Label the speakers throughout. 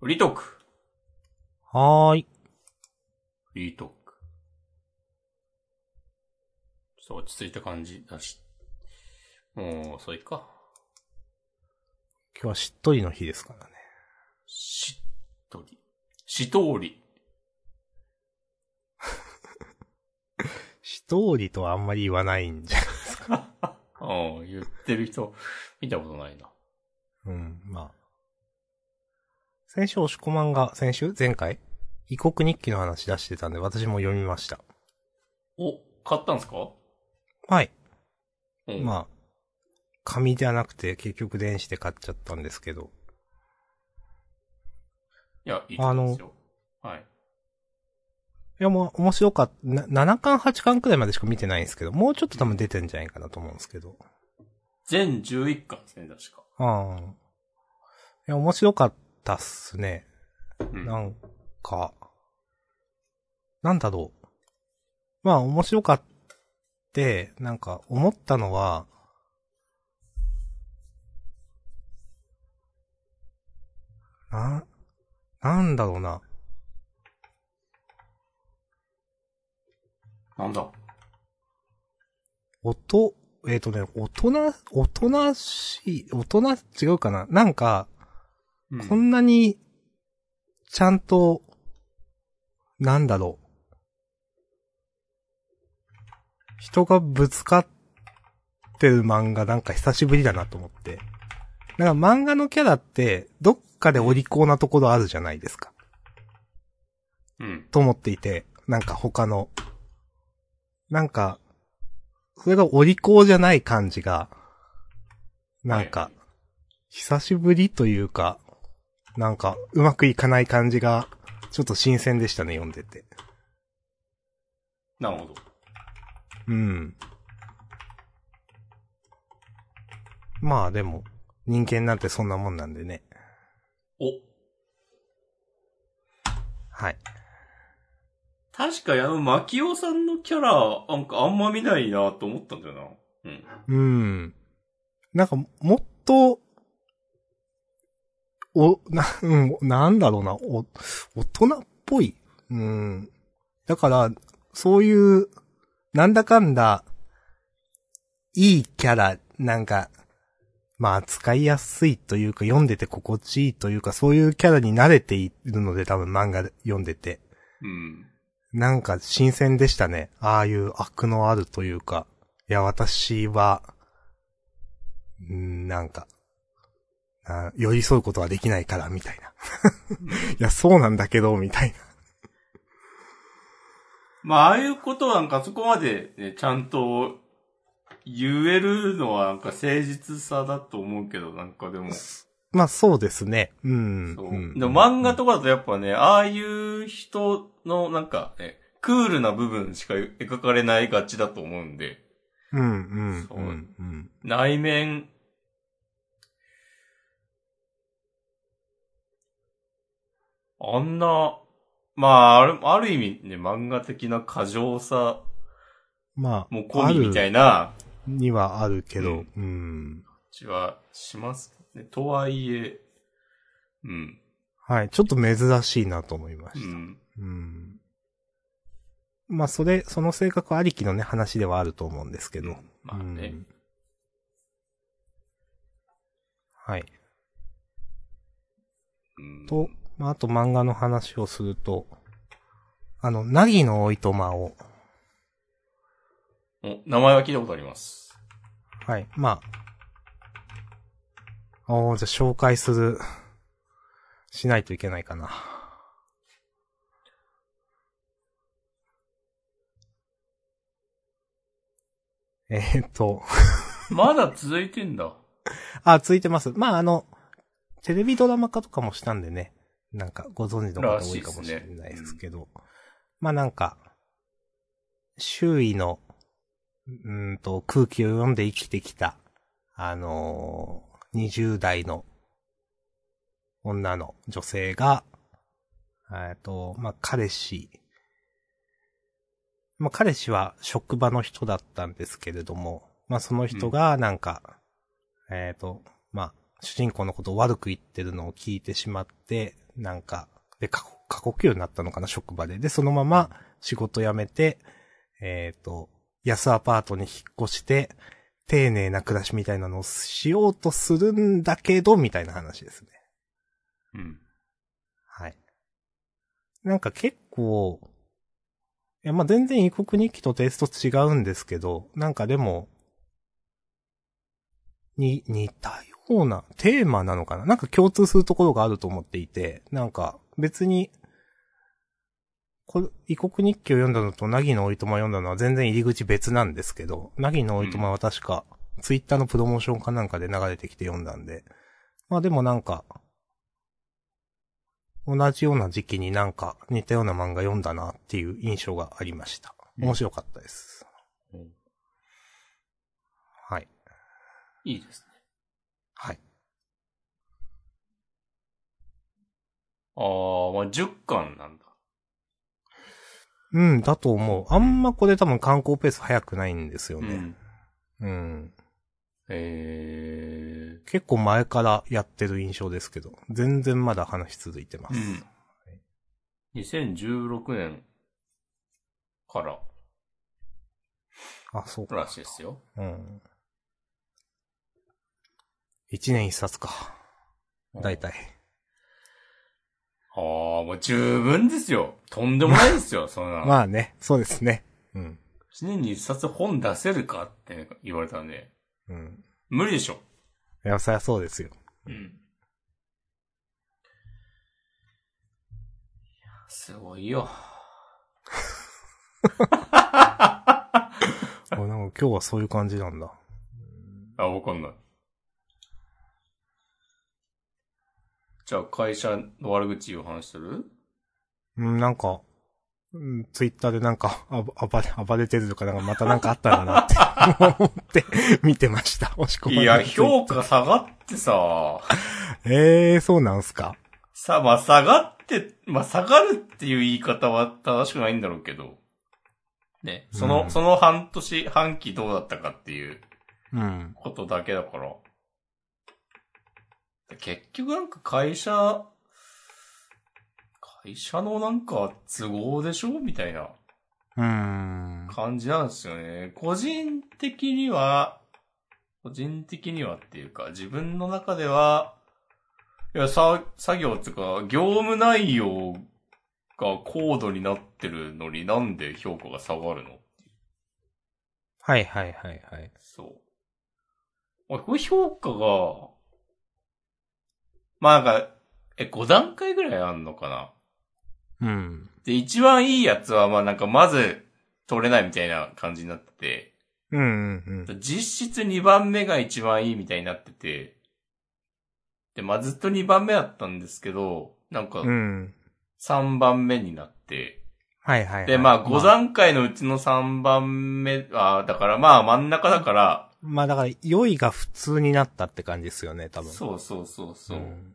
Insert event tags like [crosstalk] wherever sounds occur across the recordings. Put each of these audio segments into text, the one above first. Speaker 1: フリートーク。
Speaker 2: はーい。
Speaker 1: フリートーク。ちょっと落ち着いた感じだし。もう、それか。
Speaker 2: 今日はしっとりの日ですからね。
Speaker 1: しっとり。しとり。
Speaker 2: しとりとはあんまり言わないんじゃ。
Speaker 1: うん、言ってる人、見たことないな。
Speaker 2: うん、まあ。先週、押し込まんが、先週前回異国日記の話出してたんで、私も読みました。
Speaker 1: お、買ったんすか
Speaker 2: はい。
Speaker 1: うん。
Speaker 2: まあ、紙ではなくて、結局電子で買っちゃったんですけど。
Speaker 1: いや、いいと思いますよ。はい。
Speaker 2: いや、もう、面白かった。な7巻、8巻くらいまでしか見てないんですけど、もうちょっと多分出てんじゃないかなと思うんですけど。
Speaker 1: 全11巻ですね、確か。
Speaker 2: ああ。いや、面白かったっすね。
Speaker 1: うん。
Speaker 2: な
Speaker 1: うん
Speaker 2: か、なんだろう。まあ面白かって、なんか思ったのは、な、なんだろうな。
Speaker 1: んだ
Speaker 2: おと、えっ、とね、大人、大人しい、大人、違うかな。なんか、
Speaker 1: うん
Speaker 2: こんなに、ちゃんと、なんだろう。人がぶつかってる漫画なんか久しぶりだなと思って。なんか漫画のキャラって、どっかでお利口なところあるじゃないですか。
Speaker 1: うん。
Speaker 2: と思っていて、なんか他の。なんか、それがお利口じゃない感じが、なんか、久しぶりというか、なんか、うまくいかない感じが、ちょっと新鮮でしたね、読んでて。
Speaker 1: なるほど。
Speaker 2: うん。まあでも、人間なんてそんなもんなんでね。
Speaker 1: お、
Speaker 2: はい。
Speaker 1: 確かにあの、マキオさんのキャラ、なんかあんま見ないなと思ったんだよな。うん。
Speaker 2: うん。なんか、もっと、お、な、 [laughs] うん、なんだろうな、お、大人っぽい。うん。だから、そういう、なんだかんだ、いいキャラ、なんか、まあ、扱いやすいというか、読んでて心地いいというか、そういうキャラに慣れているので、多分漫画読んでて。
Speaker 1: うん。
Speaker 2: なんか新鮮でしたね。ああいう悪のあるというか。いや、私は、んーなんか、あ寄り添うことはできないから、みたいな。 [laughs] いや、そうなんだけど、みたいな。
Speaker 1: まあ、ああいうことはなんかそこまで、ね、ちゃんと言えるのはなんか誠実さだと思うけど、なんかでも。
Speaker 2: まあ、そうですね。うん。
Speaker 1: そう。
Speaker 2: うん
Speaker 1: でも漫画とかだとやっぱね、ああいう人のなんかね、クールな部分しか描かれないがちだと思うんで、
Speaker 2: うん、うん、
Speaker 1: そう
Speaker 2: うん、うん。
Speaker 1: 内面、あんな、まあ、ある、ある意味ね、漫画的な過剰さ
Speaker 2: ま
Speaker 1: もう
Speaker 2: あ、あ
Speaker 1: 込み
Speaker 2: る
Speaker 1: みたいな
Speaker 2: にはあるけど、うん。
Speaker 1: 気はしますね。とはいえ、うん。
Speaker 2: はい。ちょっと珍しいなと思いま
Speaker 1: う
Speaker 2: した。
Speaker 1: ん。
Speaker 2: うん。まあ、それ、その性格ありきのね、話ではあると思うんですけど。
Speaker 1: まあね
Speaker 2: う。んはい。
Speaker 1: うん
Speaker 2: と、まあ、あと漫画の話をすると、あの、なぎのおいとまを、
Speaker 1: お名前は聞いたことあります。
Speaker 2: はい、まあ、おー、じゃあ紹介する、しないといけないかな。えー、っと、
Speaker 1: まだ続いてんだ。
Speaker 2: あ、ついてます。まあ、あの、テレビドラマ化とかもしたんでね、なんかご存知の方多いかもしれないですけど、まあなんか、周囲の、うーんと、空気を読んで生きてきた、あのー、20代の女の女性が、えっと、まあ彼氏、まあ彼氏は職場の人だったんですけれども、まあその人がなんか、えっ、と、まあ、主人公のことを悪く言ってるのを聞いてしまって、なんか、で、過呼過呼吸になったのかな、職場で。で、そのまま仕事辞めて、えっ、と、安アパートに引っ越して、丁寧な暮らしみたいなのをしようとするんだけど、みたいな話ですね。
Speaker 1: うん。
Speaker 2: はい。なんか結構、いや、まあ、全然異国日記とテイスト違うんですけど、なんかでも、に、似たようなテーマなのかななんか共通するところがあると思っていて、なんか別に、これ、異国日記を読んだのと、なぎのおいとま読んだのは全然入り口別なんですけど、なぎのおいとまは確か、ツイッターのプロモーションかなんかで流れてきて読んだんで、まあでもなんか、同じような時期になんか似たような漫画読んだなっていう印象がありました。
Speaker 1: うん
Speaker 2: 面白かったです。
Speaker 1: うん
Speaker 2: はい。
Speaker 1: いいですね。
Speaker 2: はい。
Speaker 1: あー、まあ、10巻なんだ。
Speaker 2: うん、だと思う。あんまこれ多分観光ペース早くないんですよ
Speaker 1: う
Speaker 2: ね。
Speaker 1: ん。
Speaker 2: うん。
Speaker 1: え
Speaker 2: 結構前からやってる印象ですけど、全然まだ話続いてま
Speaker 1: ー、う
Speaker 2: す。
Speaker 1: ん。2016年から
Speaker 2: あ、そうか。
Speaker 1: らしいですよ。
Speaker 2: うん。一年一冊か。だいたい。
Speaker 1: ああ、もう十分ですよ。とんでもないですよ、そんな。
Speaker 2: [laughs] まあね、そうですね。うん。
Speaker 1: 一年に一冊本出せるかって言われたんで、
Speaker 2: うん。
Speaker 1: 無理でしょ。
Speaker 2: いや、そりゃそうですよ。 [laughs]
Speaker 1: うん。いや、すごいよ。
Speaker 2: あなんか今日はそういう感じなんだ。
Speaker 1: あ、わかんない。じゃあ、会社の悪口を話してる
Speaker 2: うん、なんか、うん、ツイッターでなんか、あば暴れ、暴れてるとか、なんかまたなんかあったんだなって思って見てました。押し込まれ
Speaker 1: いや、
Speaker 2: てる
Speaker 1: 評価下がってさ、
Speaker 2: ええー、そうなんすか。
Speaker 1: さ、まあ、下がって、まあ、下がるっていう言い方は正しくないんだろうけど、ね、その、
Speaker 2: うん
Speaker 1: その半年、半期どうだったかっていう
Speaker 2: うん。
Speaker 1: ことだけだから。結局なんか会社、会社のなんか都合でしょみたいな
Speaker 2: うーん。
Speaker 1: 感じなんですよね。個人的には、個人的にはっていうか、自分の中では、いや、さ、作業っていうか、業務内容が高度になってるのになんで評価が下がるの
Speaker 2: はいはいはいはい。
Speaker 1: そう。おいこれ評価が、まあなんか、え、5段階ぐらいあんのかな
Speaker 2: うん。
Speaker 1: で、一番いいやつは、まあなんか、まず、取れないみたいな感じになって
Speaker 2: うんうん
Speaker 1: て、実質2番目が一番いいみたいになってて、で、まあずっと2番目だったんですけど、なんか
Speaker 2: うん。う、ん。
Speaker 1: 3番目になって、
Speaker 2: はいはい、はい。
Speaker 1: で、まあ5段階のうちの3番目は、だからまあ真ん中だから、
Speaker 2: まあだから、良いが普通になったって感じですよね、多分。
Speaker 1: そうそうそうそう。
Speaker 2: ん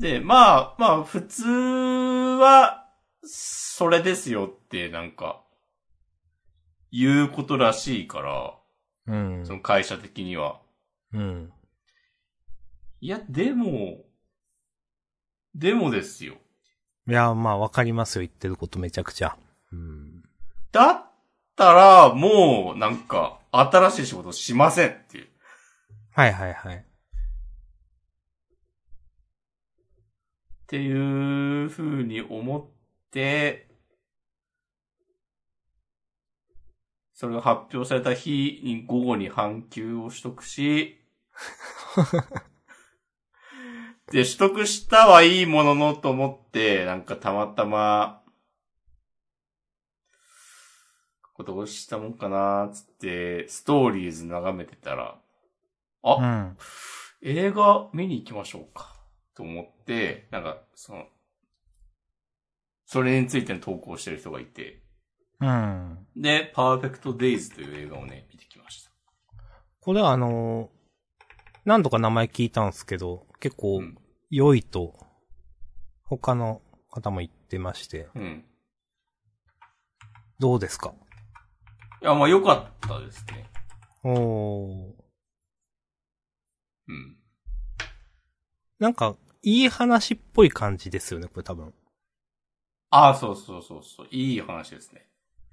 Speaker 1: で、まあ、まあ、普通は、それですよって、なんか、言うことらしいから、
Speaker 2: うん
Speaker 1: その会社的には。
Speaker 2: うん。
Speaker 1: いや、でも、でもですよ。
Speaker 2: いや、まあわかりますよ、言ってることめちゃくちゃ。うん。
Speaker 1: だったら、もう、なんか、新しい仕事しませんっていう。
Speaker 2: はいはいはい。
Speaker 1: っていう風に思って、それが発表された日に午後に半休を取得し、で、取得したはいいもののと思って、なんかたまたま、これどうしたもんかなーっつって、ストーリーズ眺めてたら、あ、
Speaker 2: うん。
Speaker 1: 映画見に行きましょうか。と思って、なんか、その、それについての投稿してる人がいて、
Speaker 2: うん。
Speaker 1: で、パーフェクトデイズという映画をね、見てきました。
Speaker 2: これはあのー何度か名前聞いたんですけど、結
Speaker 1: う
Speaker 2: 構
Speaker 1: ん、
Speaker 2: 良いと、他の方も言ってまして、
Speaker 1: うん。
Speaker 2: どうですか
Speaker 1: いや、まあ良かったですね。
Speaker 2: おー。
Speaker 1: うん。
Speaker 2: なんか、いい話っぽい感じですよね、これ多分。
Speaker 1: ああ、そうそうそうそう。いい話ですね。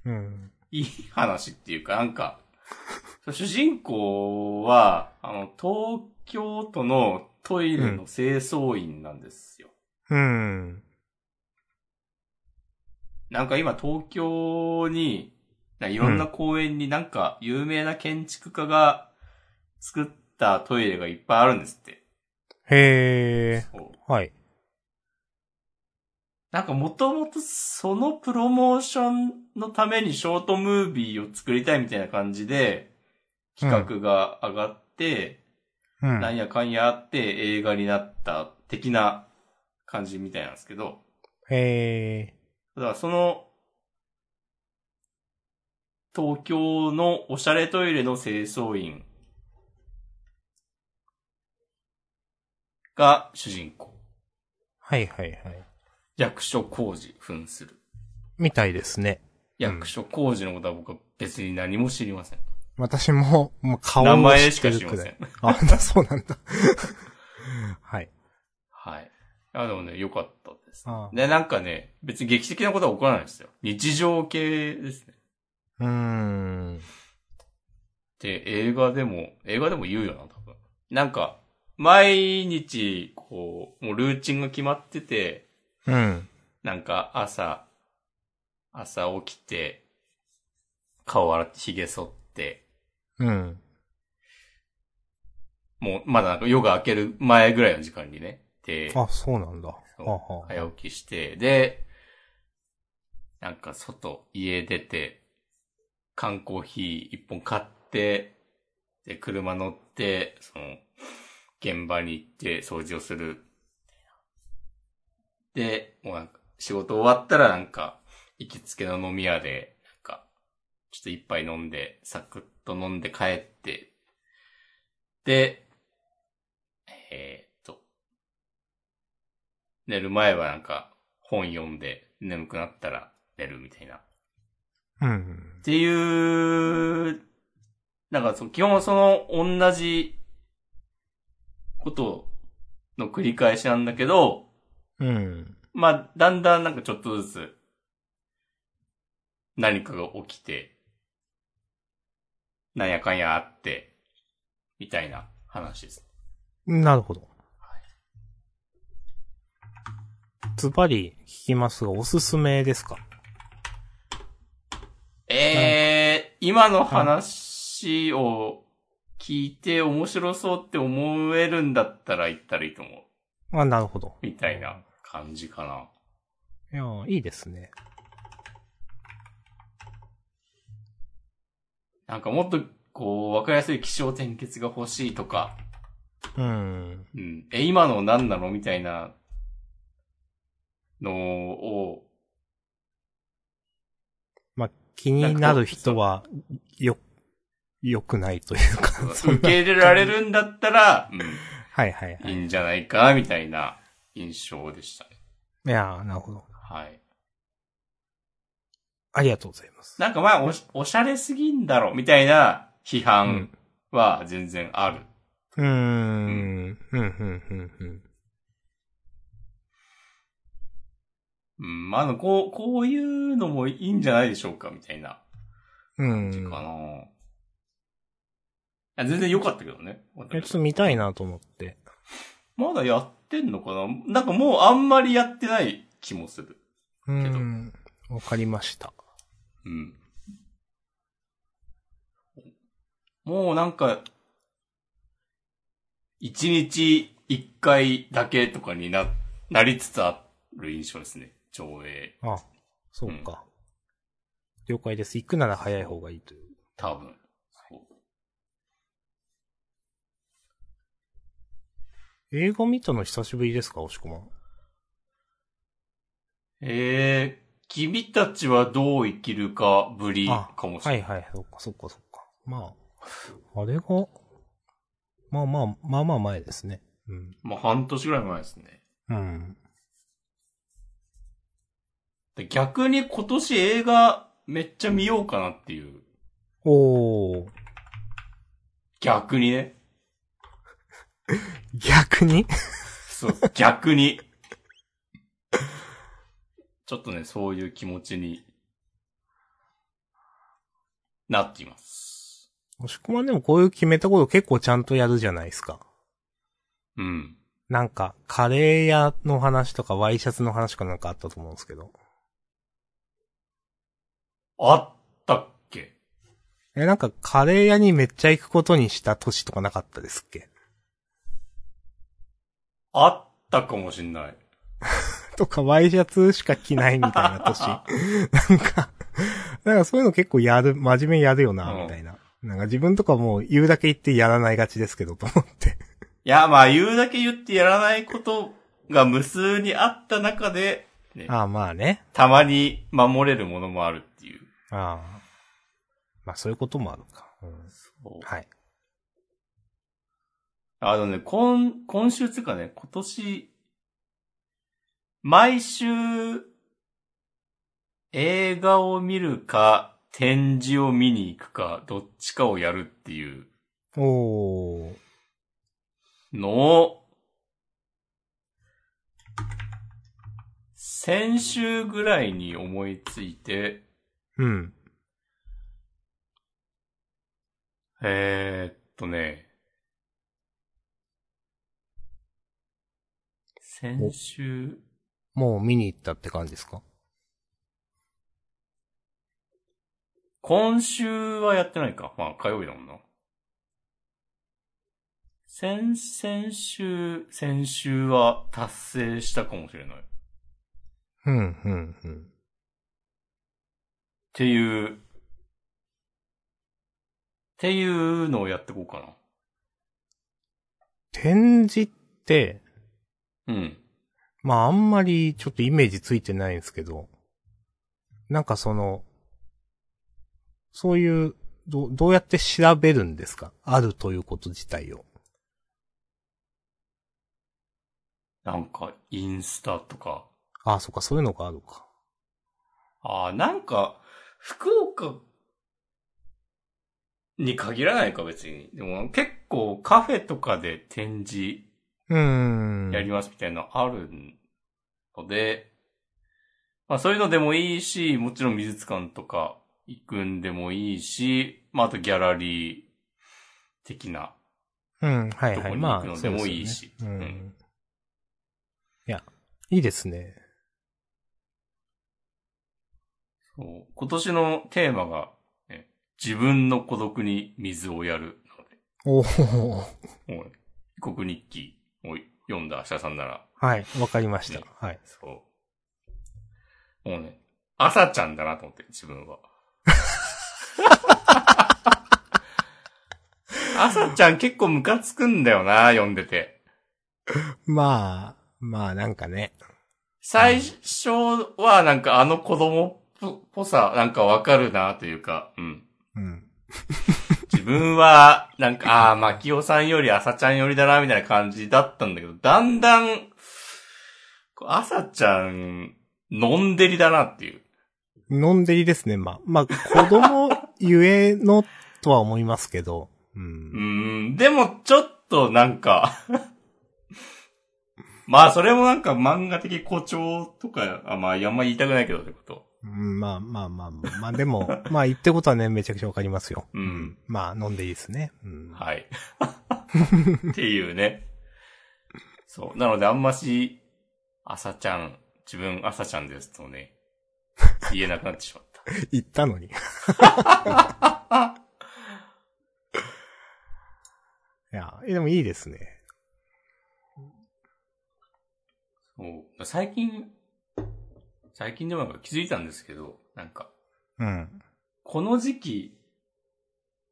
Speaker 2: うん。
Speaker 1: いい話っていうか、なんか、 [laughs] そう主人公は、あの、東京都のトイレの清掃員なんですよ。
Speaker 2: うん。
Speaker 1: なんか今東京に、なんかいろんな公園になんか有名な建築家が作ったトイレがいっぱいあるんですって。
Speaker 2: へえ。
Speaker 1: そう
Speaker 2: はい。
Speaker 1: なんかもともとそのプロモーションのためにショートムービーを作りたいみたいな感じで、企画が上がって、
Speaker 2: うん。
Speaker 1: なん
Speaker 2: へ
Speaker 1: やかんやあって映画になった的な感じみたいなんですけど、
Speaker 2: え。
Speaker 1: だからその、東京のおしゃれトイレの清掃員が主人公。
Speaker 2: はいはいはい。
Speaker 1: 役所工事扮する。
Speaker 2: みたいですね。
Speaker 1: 役所工事のことは僕は別に何も知りません。
Speaker 2: 私も、もう顔を
Speaker 1: 名前
Speaker 2: 知
Speaker 1: し
Speaker 2: って
Speaker 1: か知
Speaker 2: る
Speaker 1: り
Speaker 2: く
Speaker 1: ま
Speaker 2: ら
Speaker 1: せ
Speaker 2: い。
Speaker 1: ん。
Speaker 2: あ、 [laughs] だそうなんだ。はい。
Speaker 1: はい。あ、でもね、良かったです。
Speaker 2: あ
Speaker 1: で、なんかね、別に劇的なことは起こらないですよ。日常系ですね。
Speaker 2: うーん。
Speaker 1: で、映画でも、映画でも言うよな、多分。なんか、毎日、こう、もうルーチンが決まってて、
Speaker 2: うん。
Speaker 1: なんか朝、朝起きて、顔洗って、髭剃って、
Speaker 2: うん。
Speaker 1: もう、まだなんか夜が明ける前ぐらいの時間にね、で、
Speaker 2: あ、そうなんだ。はあはあ、
Speaker 1: 早起きして、で、なんか外、家出て、缶コーヒー一本買って、で、車乗って、その、現場に行って掃除をする。で、もうなんか、仕事終わったらなんか、行きつけの飲み屋で、なんか、ちょっと一杯飲んで、サクッと飲んで帰って、で、えーっと、寝る前はなんか本読んで眠くなったら寝るみたいな。っ
Speaker 2: うん。
Speaker 1: ていう、なんかそう基本その同じことの繰り返しなんだけど、
Speaker 2: うん。
Speaker 1: まあ、だんだんなんかちょっとずつ何かが起きて、なんやかんやあって、みたいな話です。
Speaker 2: なるほど。ズバリ聞きますが、おすすめですか
Speaker 1: ええ今の話を聞いて面白そうって思えるんだったら言ったらいいと思う。
Speaker 2: あ、なるほど。
Speaker 1: みたいな感じかな。
Speaker 2: いやーいいですね。
Speaker 1: なんかもっと、こう、わかりやすい気象転結が欲しいとか、
Speaker 2: うん。
Speaker 1: うん。え、今の何なのみたいなのを、
Speaker 2: まあ、気になる人は、よ、良くないというか、
Speaker 1: 受
Speaker 2: そ [laughs] んな。
Speaker 1: け入れられるんだったら、う
Speaker 2: はいはいは
Speaker 1: ん、い
Speaker 2: い。
Speaker 1: いんじゃないかな、みたいな印象でしたね。
Speaker 2: いやーなるほど。
Speaker 1: はい。
Speaker 2: ありがとうございます。
Speaker 1: なんかまあ、おし、おしゃれすぎんだろ、みたいな批
Speaker 2: う
Speaker 1: 判
Speaker 2: ん
Speaker 1: は全然ある。
Speaker 2: うーん。うん、うん、うん、うん。
Speaker 1: うん、まあ、あのこう、こういうのもいいんじゃないでしょうか、みたいな。
Speaker 2: うん。
Speaker 1: かな、あ全然良かったけどね。
Speaker 2: え、ちょっと見たいなと思って。
Speaker 1: まだやってんのかななんかもうあんまりやってない気もする。
Speaker 2: う
Speaker 1: ど
Speaker 2: ん。わかりました。
Speaker 1: うん。もうなんか、一日一回だけとかにな、なりつつある印象ですね。上映。
Speaker 2: あ、そうか。了解です。行くなら早い方がいいという。
Speaker 1: 多分。そう
Speaker 2: 映画見たの久しぶりですか、おしこまん。
Speaker 1: えー、君たちはどう生きるかぶりかもしれ
Speaker 2: は
Speaker 1: ない。
Speaker 2: いはい、そっかそっかそっか。まあ、あれが、まあまあ、まあまあ前ですね。うん。
Speaker 1: まあ、半年ぐらい前ですね。
Speaker 2: うん。
Speaker 1: で逆に今年映画めっちゃ見ようかなっていう。
Speaker 2: おー。
Speaker 1: 逆にね。
Speaker 2: 逆に [laughs]
Speaker 1: そうです、逆に。 [laughs] ちょっとね、そういう気持ちになっています。
Speaker 2: もしくはでもこういう決めたこと結構ちゃんとやるじゃないですか。
Speaker 1: うん。
Speaker 2: なんか、カレー屋の話とかワイシャツの話かなんかあったと思うんですけど。
Speaker 1: あったっけ
Speaker 2: え、なんかカレー屋にめっちゃ行くことにした年とかなかったですっけ
Speaker 1: あったかもしんない。
Speaker 2: とかワイシャツしか着ないみたいな [laughs] 年。なんか、なんかそういうの結構やる、真面目にやるよな、
Speaker 1: うん
Speaker 2: みたいな。なんか自分とかもう言うだけ言ってやらないがちですけど、と思 [laughs] って。
Speaker 1: いや、まあ言うだけ言ってやらないことが無数にあった中で、ね、
Speaker 2: ああ、まあね。
Speaker 1: たまに守れるものもあるっていう。
Speaker 2: ああ。まあそういうこともあるか。うん
Speaker 1: そう
Speaker 2: はい。
Speaker 1: あのね、今、今週つうかね、今年、毎週、映画を見るか、展示を見に行くか、どっちかをやるっていう
Speaker 2: おー。
Speaker 1: のを、先週ぐらいに思いついて、
Speaker 2: うん。
Speaker 1: えー、っとね、先週、
Speaker 2: もう見に行ったって感じですか
Speaker 1: 今週はやってないか。まあ、火曜日だもんな。先、先週、先週は達成したかもしれない。っ
Speaker 2: うん、うん、うん。
Speaker 1: ていう、っていうのをやってこうか
Speaker 2: 展示って、
Speaker 1: な。うん。
Speaker 2: まああんまりちょっとイメージついてないんですけど、なんかその、そういう、どう、どうやって調べるんですかあるということ自体を。
Speaker 1: なんか、インスタとか。
Speaker 2: ああ、そっか、そういうのがあるか。
Speaker 1: ああ、なんか、福岡に限らないか、別に。でも、結構カフェとかで展示
Speaker 2: うーん。
Speaker 1: やりますみたいなのあるので、まあそういうのでもいいし、もちろん美術館とか行くんでもいいし、まああとギャラリー的な。
Speaker 2: うん、はい
Speaker 1: ど
Speaker 2: は
Speaker 1: こ
Speaker 2: い。
Speaker 1: に
Speaker 2: ま
Speaker 1: 行く
Speaker 2: あ、
Speaker 1: の
Speaker 2: そ
Speaker 1: で
Speaker 2: う
Speaker 1: も
Speaker 2: ですよね
Speaker 1: いいし
Speaker 2: う
Speaker 1: うんん。
Speaker 2: いや、いいですね。
Speaker 1: そう今年のテーマが、ね、自分の孤独に水をやる
Speaker 2: おお。
Speaker 1: ので、もう異国日記を読んだ明日さんなら、
Speaker 2: はい、わかりました
Speaker 1: ね。
Speaker 2: はい。
Speaker 1: そう。もうね、朝ちゃんだなと思って、自分は。朝ちゃん結構ムカつくんだよな、読んでて。
Speaker 2: まあ、まあなんかね。
Speaker 1: 最初はなんかあの子供っぽぽさ、なんかわかるなというか、うん。
Speaker 2: うん。
Speaker 1: 自分は、なんか、ああ、マキオさんより朝ちゃんよりだな、みたいな感じだったんだけど、だんだん、こう朝ちゃん、のんでりだなっていう。
Speaker 2: 飲んでいいですね、まあ。まあ、子供ゆえのとは思いますけど。う
Speaker 1: うー
Speaker 2: ん。
Speaker 1: ん、でもちょっとなんか、 [laughs] まあそれもなんか漫画的誇張とか、あまああんま言いたくないけどってこと。
Speaker 2: うんまあまあまあまあ、まあでも、まあ言ってことはね、めちゃくちゃわかりますよ。
Speaker 1: うん
Speaker 2: まあ飲んでいいですね。うん。
Speaker 1: はい。 [laughs] っていうね。そう。なのであんまし、朝ちゃん、自分朝ちゃんですとね、言えなくなってしまった。
Speaker 2: 言ったのに。いや、でもいいですね。
Speaker 1: そう最近、最近でもなんか気づいたんですけど、なんか、
Speaker 2: うん。
Speaker 1: この時期、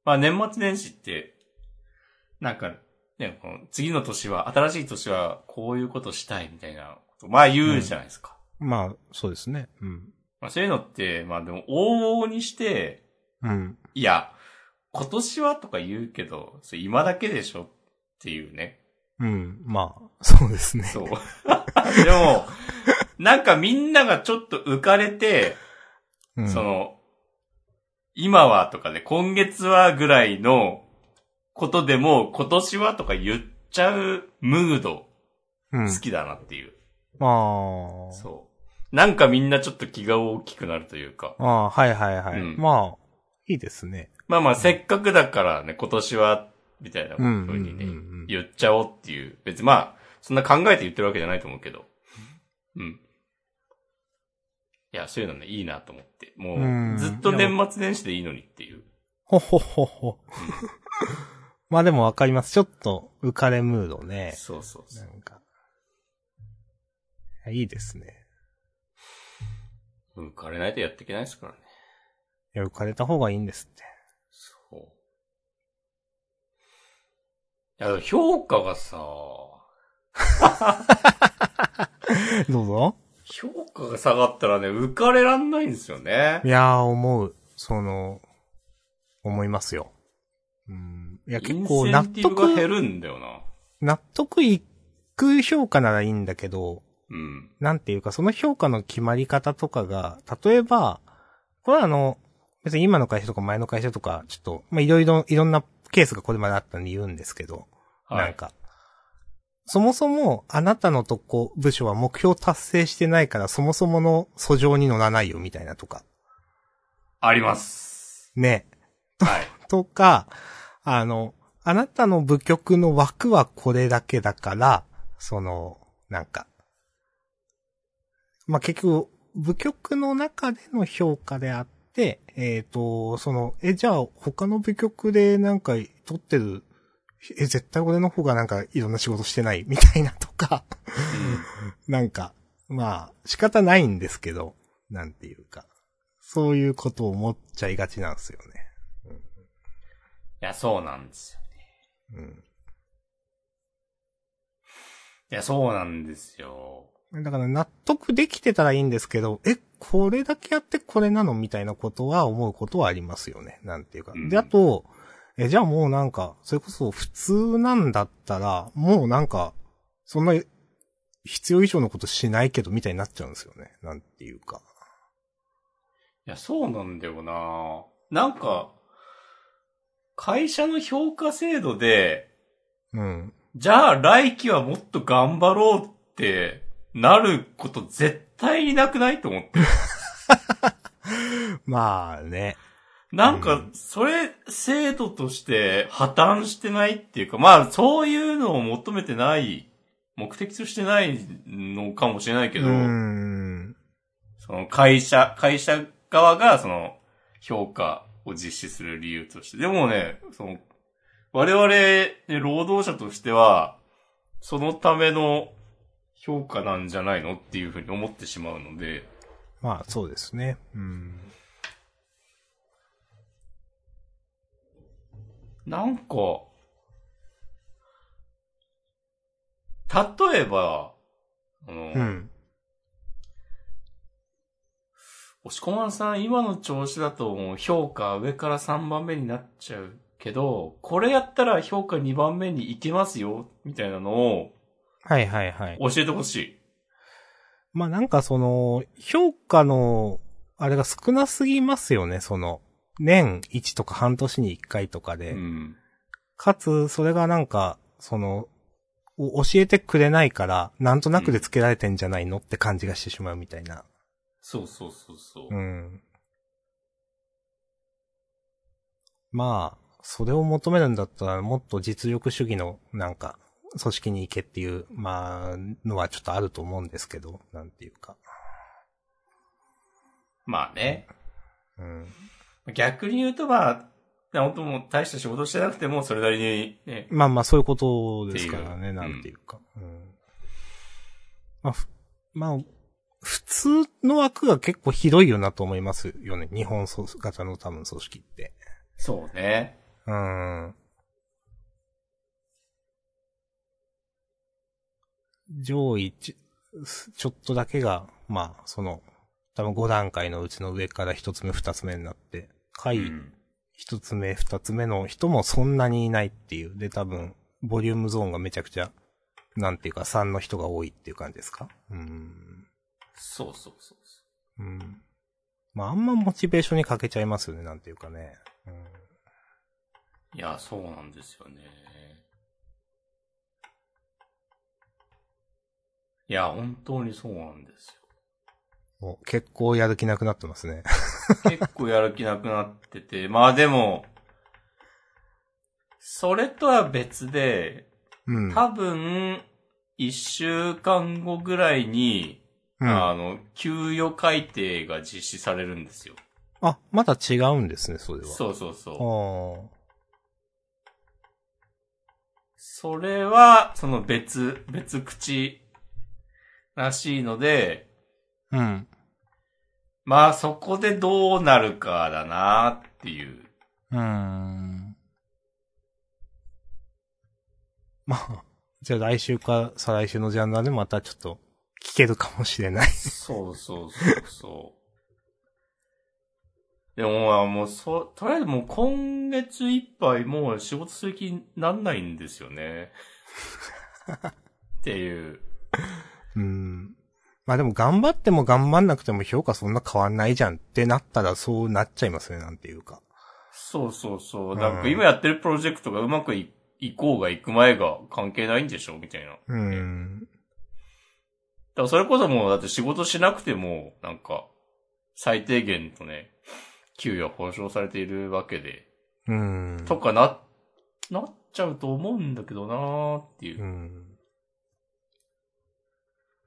Speaker 1: まあ年末年始って、なんか、ね、この次の年は、新しい年はこういうことしたいみたいなこと、まあ言うじゃないですか。
Speaker 2: まあ、そうですね。うん。
Speaker 1: まあそういうのって、まあでも往々にして、
Speaker 2: うん。
Speaker 1: いや、今年はとか言うけど、それ今だけでしょっていうね。
Speaker 2: うん。まあ、そうですね。
Speaker 1: そう。でも、なんかみんながちょっと浮かれて、
Speaker 2: うん、
Speaker 1: その、今はとかで、今月はぐらいのことでも、今年はとか言っちゃうムード
Speaker 2: うん。
Speaker 1: 好きだなっていう。
Speaker 2: ああ。
Speaker 1: そう。なんかみんなちょっと気が大きくなるというか。
Speaker 2: ああ、はいはいはい。
Speaker 1: うん
Speaker 2: まあ、いいですね。
Speaker 1: まあまあ、せっかくだからね、今年は、みたいな風
Speaker 2: うん
Speaker 1: にね
Speaker 2: うんうんうん、
Speaker 1: 言っちゃおうっていう。別にまあ、そんな考えて言ってるわけじゃないと思うけど。うん。いや、そういうのね、いいなと思って。も
Speaker 2: うん
Speaker 1: う、ずっと年末年始でいいのにっていう。
Speaker 2: ほほほほ。まあでもわかります。ちょっと浮かれムードね。
Speaker 1: そうそうそ
Speaker 2: な
Speaker 1: う。
Speaker 2: んか。いやいいですね。
Speaker 1: 浮かれないとやっていけないですからね。
Speaker 2: いや、浮かれた方がいいんですって。
Speaker 1: そう。いや、でも評価がさ、
Speaker 2: どうぞ。
Speaker 1: 評価が下がったらね、浮かれらんないんですよね
Speaker 2: い。やー、思う。その、思いますよ。うん。いや、
Speaker 1: イ
Speaker 2: 結
Speaker 1: ン
Speaker 2: 構
Speaker 1: セ
Speaker 2: 納
Speaker 1: ンティブが減
Speaker 2: 得、
Speaker 1: るんだよな。
Speaker 2: 納得いく評価ならいいんだけど、
Speaker 1: うん。
Speaker 2: なんていうか、その評価の決まり方とかが、例えば、これはあの、別に今の会社とか前の会社とか、ちょっと、まあ、いろいろ、いろんなケースがこれまであったんで言うんですけど、
Speaker 1: は
Speaker 2: なん
Speaker 1: い。
Speaker 2: か、そもそも、あなたのとこ、部署は目標達成してないから、そもそもの訴状に乗らないよ、みたいなとか。
Speaker 1: あります。
Speaker 2: ね。
Speaker 1: はい。
Speaker 2: とか、あの、あなたの部局の枠はこれだけだから、その、なんか、まあ、結局、部局の中での評価であって、えっ、と、その、え、じゃあ他の部局でなんか取ってる、え、絶対俺の方がなんかいろんな仕事してないみたいなとか、なんか、まあ、仕方ないんですけど、なんていうか、そういうことを思っちゃいがちなんですよね。
Speaker 1: いや、そうなんですよ。
Speaker 2: うん。
Speaker 1: いや、そうなんですよ。
Speaker 2: だから納得できてたらいいんですけど、え、これだけやってこれなのみたいなことは思うことはありますよね。なんていうか。
Speaker 1: うん
Speaker 2: で、あと、え、じゃあもうなんか、それこそ普通なんだったら、もうなんか、そんな必要以上のことしないけどみたいになっちゃうんですよね。なんていうか。
Speaker 1: いや、そうなんだよななんか、会社の評価制度で、
Speaker 2: うん。
Speaker 1: じゃあ来期はもっと頑張ろうってなること絶対になくないと思って。
Speaker 2: まあね。
Speaker 1: なん
Speaker 2: う
Speaker 1: か
Speaker 2: ん、
Speaker 1: それ、制度として破綻してないっていうか、まあ、そういうのを求めてない、目的としてないのかもしれないけ
Speaker 2: う
Speaker 1: ど、
Speaker 2: ん。
Speaker 1: その会社、会社側がその評価を実施する理由として。でもね、その、我々、ね、労働者としては、そのための評価なんじゃないのっていうふうに思ってしまうので、
Speaker 2: まあそうですね。うん。
Speaker 1: なんか、例えば、あの、
Speaker 2: うん。
Speaker 1: 押し込まんさん、今の調子だともう評価上から3番目になっちゃうけど、これやったら評価2番目に行けますよ、みたいなのを
Speaker 2: はいはいはい。
Speaker 1: 教えてほしい。
Speaker 2: まあなんかその、評価の、あれが少なすぎますよね、その、年1とか半年に1回とかで。
Speaker 1: うん。
Speaker 2: かつ、それがなんか、その、お教えてくれないから、なんとなくでつけられてんじゃないのって感じがしてしまうみたいな。
Speaker 1: そうそうそうそう。
Speaker 2: うん。まあ、それを求めるんだったら、もっと実力主義の、なんか、組織に行けっていう、まあ、のはちょっとあると思うんですけど、なんていうか。
Speaker 1: まあね。
Speaker 2: うん。
Speaker 1: 逆に言うとまあ、本当もう大した仕事してなくても、それなりにね、
Speaker 2: まあまあ、そういうことですか
Speaker 1: っ
Speaker 2: ら
Speaker 1: てい
Speaker 2: ね、
Speaker 1: う
Speaker 2: なんていうか。うんまあ、ふまあ、普通の枠が結構広いよなと思いますよね。日本組織型の多分組織って。
Speaker 1: そうね。
Speaker 2: うん。上位ち、ちょっとだけが、まあ、その、多分5段階のうちの上から1つ目、2つ目になって、下
Speaker 1: う
Speaker 2: 位
Speaker 1: ん
Speaker 2: 一つ目、二つ目の人もそんなにいないっていう。で、多分、ボリュームゾーンがめちゃくちゃ、なんていうか、3の人が多いっていう感じですかうん。
Speaker 1: そうそうそうそ
Speaker 2: うん。まあ、あんまモチベーションに欠けちゃいますよね、なんていうかね。うん。
Speaker 1: う。いや、そうなんですよね。いや、本当にそうなんです
Speaker 2: お結構やる気なくなってますね。
Speaker 1: よ。結構やる気なくなってて、 [laughs] まあでも、それとは別で、
Speaker 2: うん。
Speaker 1: 多分、一週間後ぐらいに、
Speaker 2: うん、
Speaker 1: あの、給与改定が実施されるんですよ。
Speaker 2: あ、まだ違うんですね、それは。う。
Speaker 1: そうそうそう。
Speaker 2: あ
Speaker 1: それは、その別、別口らしいので、
Speaker 2: あ。うん。
Speaker 1: まあそこでどうなるかだなっていう。
Speaker 2: うーん。まあ、じゃあ来週か再来週のジャンダーでまたちょっと聞けるかもしれない。
Speaker 1: そうそうそうそう。でもまあもうそ、とりあえずもう今月いっぱいもう仕事する気になんないんですよね。っていう。
Speaker 2: うん。まあでも頑張っても頑張んなくても評価そんな変わんないじゃんってなったらそうなっちゃいますね、なんていうか。
Speaker 1: そうそうそうう。
Speaker 2: ん
Speaker 1: なんか今やってるプロジェクトがうまくいいこうがいく前が関係ないんでしょみたいな。だか
Speaker 2: うん。
Speaker 1: らそれこそもうだって仕事しなくても、なんか、最低限とね、給与は保障されているわけで、
Speaker 2: うん。
Speaker 1: とかな、なっちゃうと思うんだけどなーっていう。
Speaker 2: うん。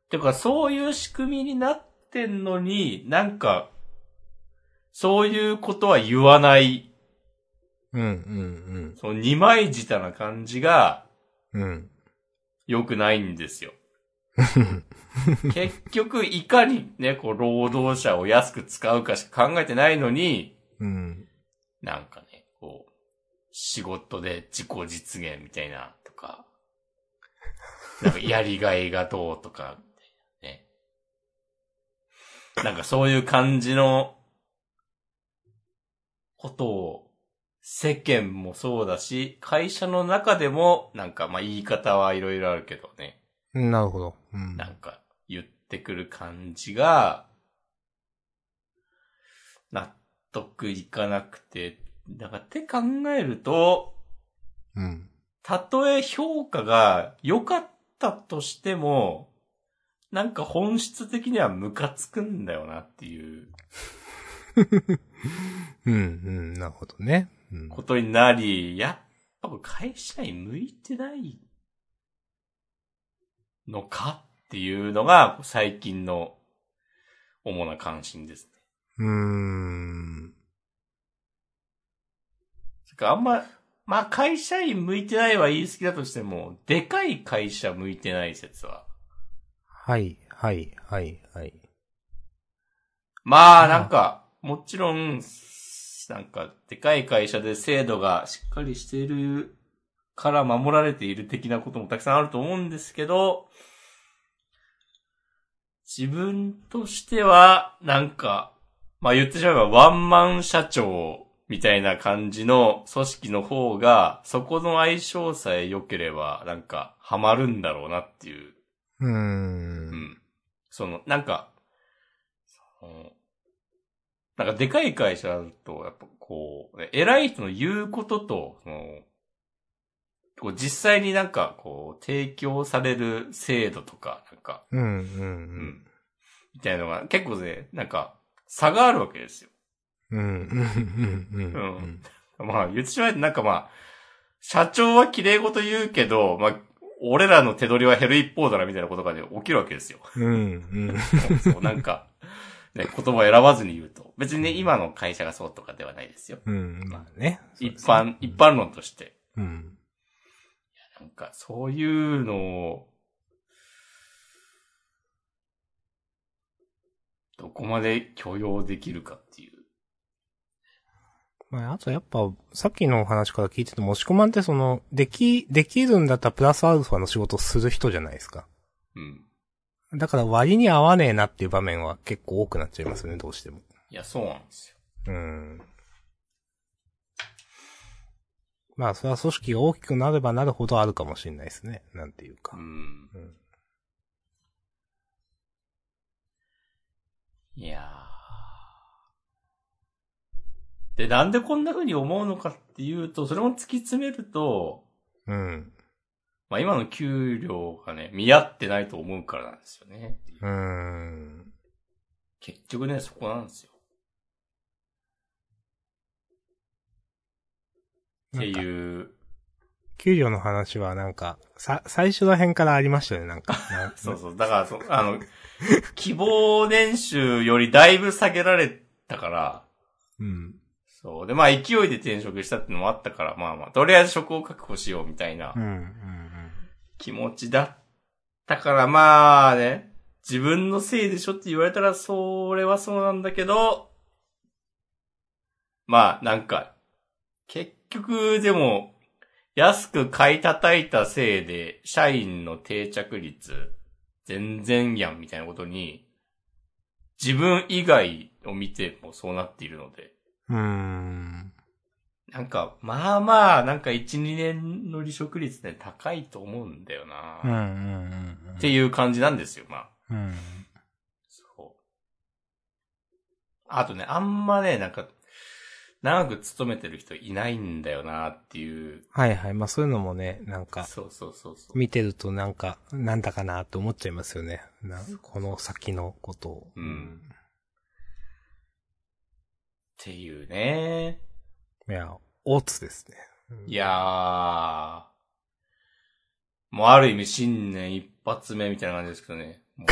Speaker 1: てか、そういう仕組みになってんのに、なんか、そういうことは言わない、
Speaker 2: うん、うん、
Speaker 1: その二枚舌な感じが
Speaker 2: うん。うん。
Speaker 1: 良くないんですよ。結局、いかにね、こう、労働者を安く使うかしか考えてないのに、
Speaker 2: うん。
Speaker 1: なんかね、こう、仕事で自己実現みたいな、とか、なんかやりがいがどうとか、みたいなね。なんかそういう感じの、ことを、世間もそうだし、会社の中でも、なんかまあ言い方はいろいろあるけどね、
Speaker 2: なるほど。うん。
Speaker 1: なんか言ってくる感じが、納得いかなくて、だからって考えると、
Speaker 2: うん。
Speaker 1: たとえ評価が良かったとしても、なんか本質的にはムカつくんだよなっていう
Speaker 2: うん、うん、なるほどね。うん。
Speaker 1: ことになり、やっぱ会社に向いてないのかっていうのが最近の主な関心ですね。
Speaker 2: うーん。
Speaker 1: それからあんま、まあ会社員向いてないは言い過ぎだとしても、でかい会社向いてない説は。
Speaker 2: はい、はい、はい、はい。
Speaker 1: まあ、なんか、もちろん、なんか、でかい会社で制度がしっかりしているから守られている的なこともたくさんあると思うんですけど、自分としては、なんか、まあ言ってしまえばワンマン社長みたいな感じの組織の方が、そこの相性さえ良ければ、なんか、ハマるんだろうなっていう
Speaker 2: うー。
Speaker 1: うんん。その、なんか、そのなんかでかい会社だと、やっぱこう、偉い人の言うことと、そのこう実際になんかこう、提供される制度とか、なんか、
Speaker 2: うん、う、
Speaker 1: うんん。みたいなのが結構ね、なんか、差があるわけですよ。
Speaker 2: うん。うん、うん、うん、う
Speaker 1: うんん。まあ、言ってしまえばなんかまあ、社長は綺麗事言うけど、まあ、俺らの手取りは減る一方だな、みたいなことがね、起きるわけですよ。
Speaker 2: うん、
Speaker 1: そう、なんか、ね、言葉を選ばずに言うと。別にね、今の会社がそうとかではないですよ。
Speaker 2: うん。まあね。そう
Speaker 1: 一
Speaker 2: ですね
Speaker 1: 般、一。般論として。
Speaker 2: うん。
Speaker 1: なんか、そういうのを、どこまで許容できるかっていう。
Speaker 2: まあ、あとやっぱ、さっきのお話から聞いてても、押し込まんってその、でき、できるんだったらプラスアルファの仕事をする人じゃないですか。
Speaker 1: うん。
Speaker 2: だから割に合わねえなっていう場面は結構多くなっちゃいますよね、どうしても。
Speaker 1: いや、そうなんですよ。
Speaker 2: うん。まあ、それは組織が大きくなればなるほどあるかもしれないですね。なんていうか
Speaker 1: う。ん
Speaker 2: うん。
Speaker 1: いやー。で、なんでこんな風に思うのかっていうと、それも突き詰めると、
Speaker 2: うん。
Speaker 1: まあ今の給料がね、見合ってないと思うからなんですよね。
Speaker 2: うーん。
Speaker 1: 結局ね、そこなんですよ。っ
Speaker 2: な
Speaker 1: て
Speaker 2: んか
Speaker 1: いう、
Speaker 2: 給料の話はなんか、さ、最初ら辺からありましたよ
Speaker 1: [laughs]
Speaker 2: ね、なんか。な
Speaker 1: そうそう。だからそ、あの、希望年収よりだいぶ下げられたから、
Speaker 2: うん。
Speaker 1: そう。で、まあ勢いで転職したってのもあったから、まあまあ、とりあえず職を確保しようみたいな
Speaker 2: うん、うん、うん。
Speaker 1: 気持ちだったから、まあね、自分のせいでしょって言われたら、それはそうなんだけど、まあ、なんか、結局、でも、安く買い叩いたせいで、社員の定着率、全然やんみたいなことに、自分以外を見てもそうなっているので、
Speaker 2: うーん。
Speaker 1: なんか、まあまあ、なんか1、2年の離職率ね、高いと思うんだよな。
Speaker 2: うん、うん、うんうん。
Speaker 1: っていう感じなんですよ、まあ。
Speaker 2: うん。
Speaker 1: そう。あとね、あんまね、なんか、長く勤めてる人いないんだよなっていう。
Speaker 2: はいはい。まあそういうのもね、なんか、
Speaker 1: そうそうそうそう。
Speaker 2: 見てるとなんか、なんだかなって思っちゃいますよね。なこの先のことを。
Speaker 1: うんっていうね。
Speaker 2: いや、大津ですね。
Speaker 1: いやー。もうある意味新年一発目みたいな感じですけどね。も
Speaker 2: [laughs]
Speaker 1: う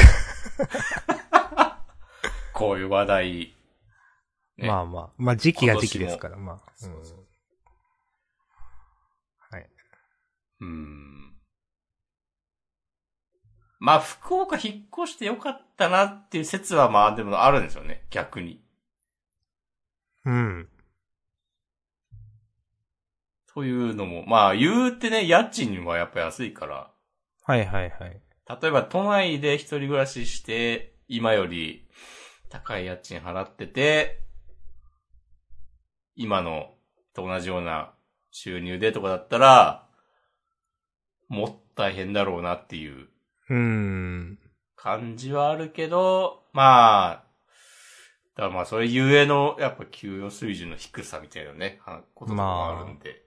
Speaker 1: こういう話題。ね
Speaker 2: まあまあ。まあ時期が時期ですから、まあ。うん
Speaker 1: そうそう
Speaker 2: はい。
Speaker 1: うん。まあ、福岡引っ越してよかったなっていう説はまあでもあるんですよね、逆に。
Speaker 2: うん。
Speaker 1: というのも、まあ言うてね、家賃はやっぱ安いから、
Speaker 2: はいはいはい。
Speaker 1: 例えば都内で一人暮らしして、今より高い家賃払ってて、今のと同じような収入でとかだったら、もっと大変だろうなっていう
Speaker 2: うーん。
Speaker 1: 感じはあるけど、まあ、だからまあそれゆえの、やっぱ給与水準の低さみたいなね、はこととかもあるんで、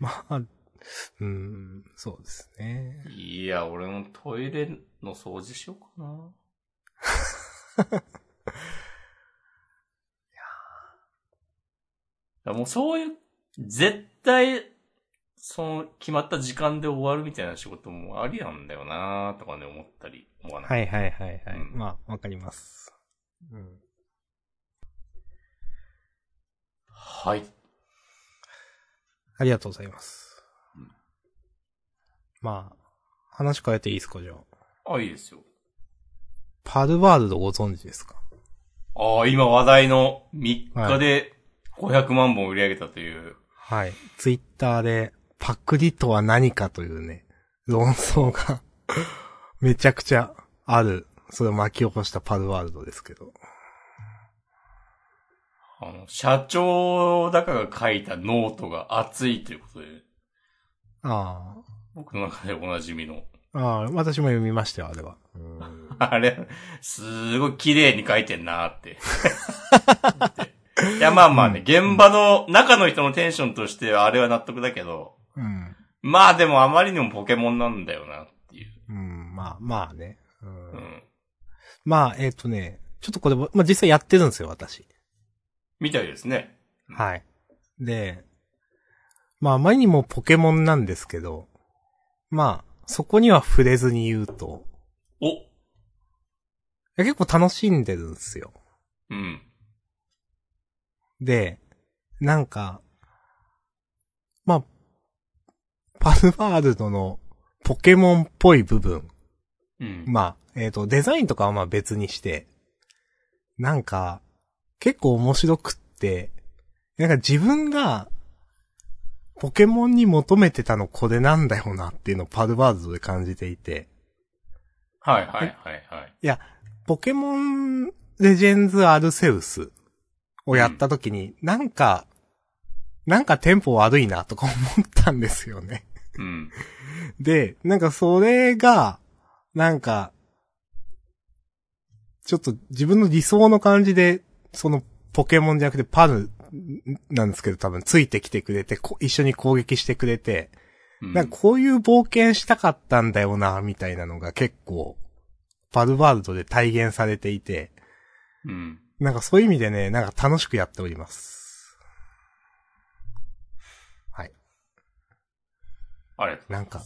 Speaker 2: まあ、 [laughs] うーん、そうですね。
Speaker 1: いや、俺もトイレの掃除しようかな。いやもうそういう、絶対、その、決まった時間で終わるみたいな仕事もありなんだよなとかね、思ったり、思わない。
Speaker 2: はいはいはいはい。
Speaker 1: うん
Speaker 2: まあ、わかります。うん。
Speaker 1: はい。
Speaker 2: ありがとうございます。まあ、話変えていいですか、じゃあ。
Speaker 1: あ、いいですよ。
Speaker 2: パルワールドご存知ですか
Speaker 1: ああ、今話題の3日で500万本売り上げたという。
Speaker 2: はい。ツイッターで、パクリとは何かというね、論争が、 [laughs] めちゃくちゃある。それを巻き起こしたパルワールドですけど。
Speaker 1: あの、社長だかが書いたノートが熱いということで、
Speaker 2: あ
Speaker 1: 僕の中でおなじみの。 [laughs]
Speaker 2: あ。ああ、私も読みましたよ、あれは。
Speaker 1: あれ、すごい綺麗に書いてんなーって。 [laughs] いや、まあまあね、現場の中の人のテンションとしてはあれは納得だけど、
Speaker 2: うん。
Speaker 1: まあでもあまりにもポケモンなんだよなっていう。
Speaker 2: うん、まあ、まあね。うん
Speaker 1: うん。
Speaker 2: まあ、えっ、とね、ちょっとこれも、まあ実際やってるんですよ、私。
Speaker 1: みたいですね。
Speaker 2: はい。で、まあ、あまりにもポケモンなんですけど、まあ、そこには触れずに言うと、
Speaker 1: お
Speaker 2: いや結構楽しんでるんですよ。
Speaker 1: うん。
Speaker 2: で、なんか、まあ、パルワールドのポケモンっぽい部分。
Speaker 1: うん。
Speaker 2: まあ、えっ、と、デザインとかはまあ別にして、なんか、結構面白くって、なんか自分が、ポケモンに求めてたのこれなんだよなっていうのをパルワールドで感じていて、
Speaker 1: はいはいはいはい。
Speaker 2: いや、ポケモンレジェンズ・アルセウスをやった時に、なんか、なんかテンポ悪いなとか思ったんですよね。 [laughs]
Speaker 1: うん。
Speaker 2: で、なんかそれが、なんか、ちょっと自分の理想の感じで、そのポケモンじゃなくてパルなんですけど多分ついてきてくれて、こ一緒に攻撃してくれて、
Speaker 1: うん
Speaker 2: なんかこういう冒険したかったんだよな、みたいなのが結構、パルワールドで体現されていて、
Speaker 1: うん。
Speaker 2: なんかそういう意味でね、なんか楽しくやっております。はい。
Speaker 1: あれ。
Speaker 2: なんか、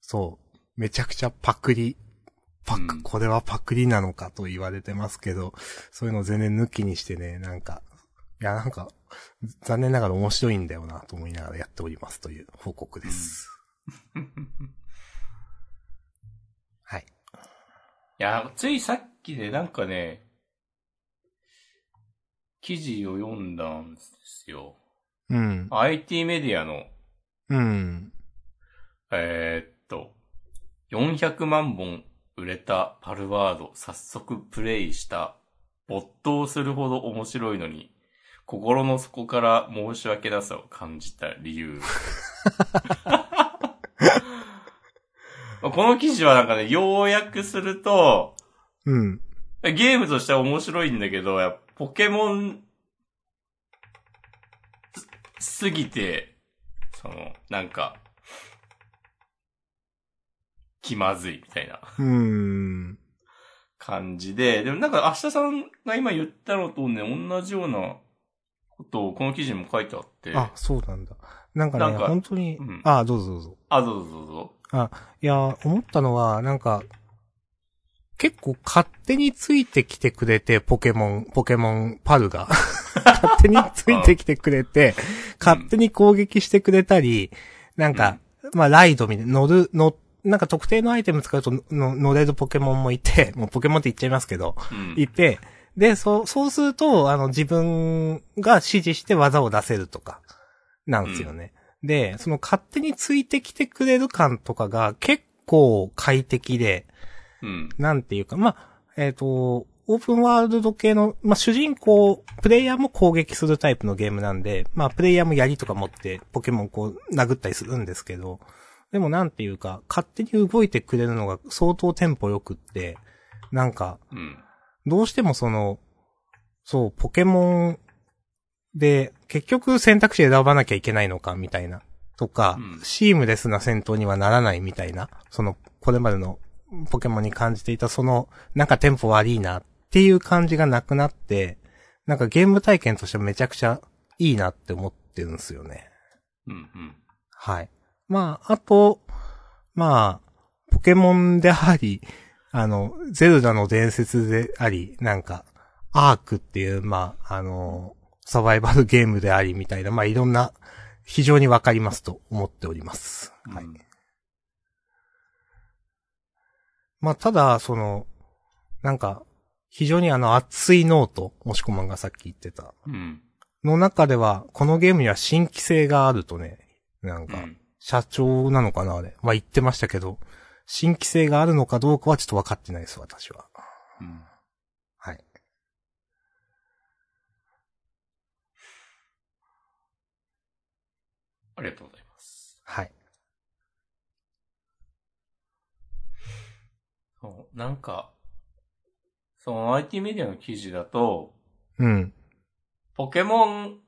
Speaker 2: そう。めちゃくちゃパクリ。パク、
Speaker 1: うん
Speaker 2: これはパクリなのかと言われてますけど、そういうのを全然抜きにしてね、なんか、いや、なんか、残念ながら面白いんだよな、と思いながらやっておりますという報告です。はい。
Speaker 1: いや、ついさっきね、なんかね、記事を読んだんですよ。
Speaker 2: うん。
Speaker 1: IT メディアの、
Speaker 2: うん。
Speaker 1: えーっと、400万本売れたパルワード、早速プレイした、没頭するほど面白いのに、心の底から申し訳なさを感じた理由。この記事はなんかね、要約すると、
Speaker 2: うん。
Speaker 1: ゲームとしては面白いんだけど、やっぱポケモンす、すぎて、その、なんか、気まずいみたいな
Speaker 2: うん。
Speaker 1: 感じで、でもなんか明日さんが今言ったのとね、同じようなことをこの記事にも書いてあって、
Speaker 2: あ、そうなんだ。なんかね、
Speaker 1: なんか
Speaker 2: 本当に、
Speaker 1: うん
Speaker 2: あ、どうぞどうぞ。
Speaker 1: あ、どうぞどうぞ。
Speaker 2: いや、思ったのは、なんか、結構勝手についてきてくれて、ポケモン、ポケモンパル
Speaker 1: [laughs]
Speaker 2: が。勝手についてきてくれて、勝手に攻撃してくれたり、なんか、まあ、ライドみたいな、乗る、乗、なんか特定のアイテム使うとのの乗れるポケモンもいて、もうポケモンって言っちゃいますけど、
Speaker 1: うん。
Speaker 2: いて、で、そう、そうすると、あの、自分が指示して技を出せるとか、なんですよね。で、その勝手についてきてくれる感とかが結構快適で、
Speaker 1: うん。
Speaker 2: なんていうか、まあ、えっ、と、オープンワールド系の、まあ、主人公、プレイヤーも攻撃するタイプのゲームなんで、まあ、プレイヤーも槍とか持って、ポケモンこう、殴ったりするんですけど、でもなんていうか、勝手に動いてくれるのが相当テンポ良くって、なんか、
Speaker 1: うん。
Speaker 2: どうしてもその、そう、ポケモンで、結局選択肢選ばなきゃいけないのか、みたいな。とか、
Speaker 1: うん
Speaker 2: シームレスな戦闘にはならないみたいな。その、これまでのポケモンに感じていた、その、なんかテンポ悪いなっていう感じがなくなって、なんかゲーム体験としてめちゃくちゃいいなって思ってるんですよね。
Speaker 1: うん。うん。
Speaker 2: はい。まあ、あと、まあ、ポケモンであり、あの、ゼルダの伝説であり、なんか、アークっていう、まあ、あの、サバイバルゲームでありみたいな、まあ、いろんな、非常にわかりますと思っております。はい。
Speaker 1: うん
Speaker 2: まあ、ただ、その、なんか、非常にあの、熱いノート、もしこまんがさっき言ってた、
Speaker 1: うん。
Speaker 2: の中では、このゲームには新規性があるとね、なん
Speaker 1: う
Speaker 2: か、
Speaker 1: ん。
Speaker 2: 社長なのかなあれ。まあ、言ってましたけど、新規性があるのかどうかはちょっと分かってないです、私は。
Speaker 1: うん
Speaker 2: はい。
Speaker 1: ありがとうございます。
Speaker 2: はい。
Speaker 1: そう、なんか、その IT メディアの記事だと、
Speaker 2: うん。
Speaker 1: ポケモン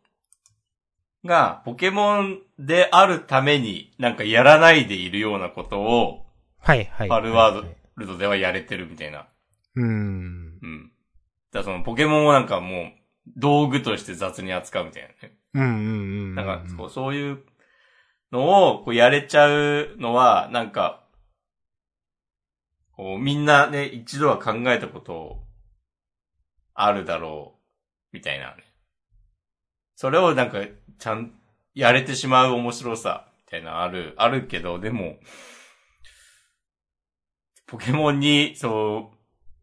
Speaker 1: がポケモンであるためになんかやらないでいるようなことを、
Speaker 2: はい、はい。
Speaker 1: パルワー
Speaker 2: はいはい
Speaker 1: ルドではやれてるみたいな。
Speaker 2: うーん。
Speaker 1: うん。だからそのポケモンをなんかもう道具として雑に扱うみたいなね。
Speaker 2: うん、うん、うん。
Speaker 1: なんかそうう、そういうのをこうやれちゃうのは、なんか、こうみんなね、一度は考えたことあるだろう、みたいなね。それをなんか、ちゃん、やれてしまう面白さ、みたいなある、あるけど、でも、ポケモンに、そ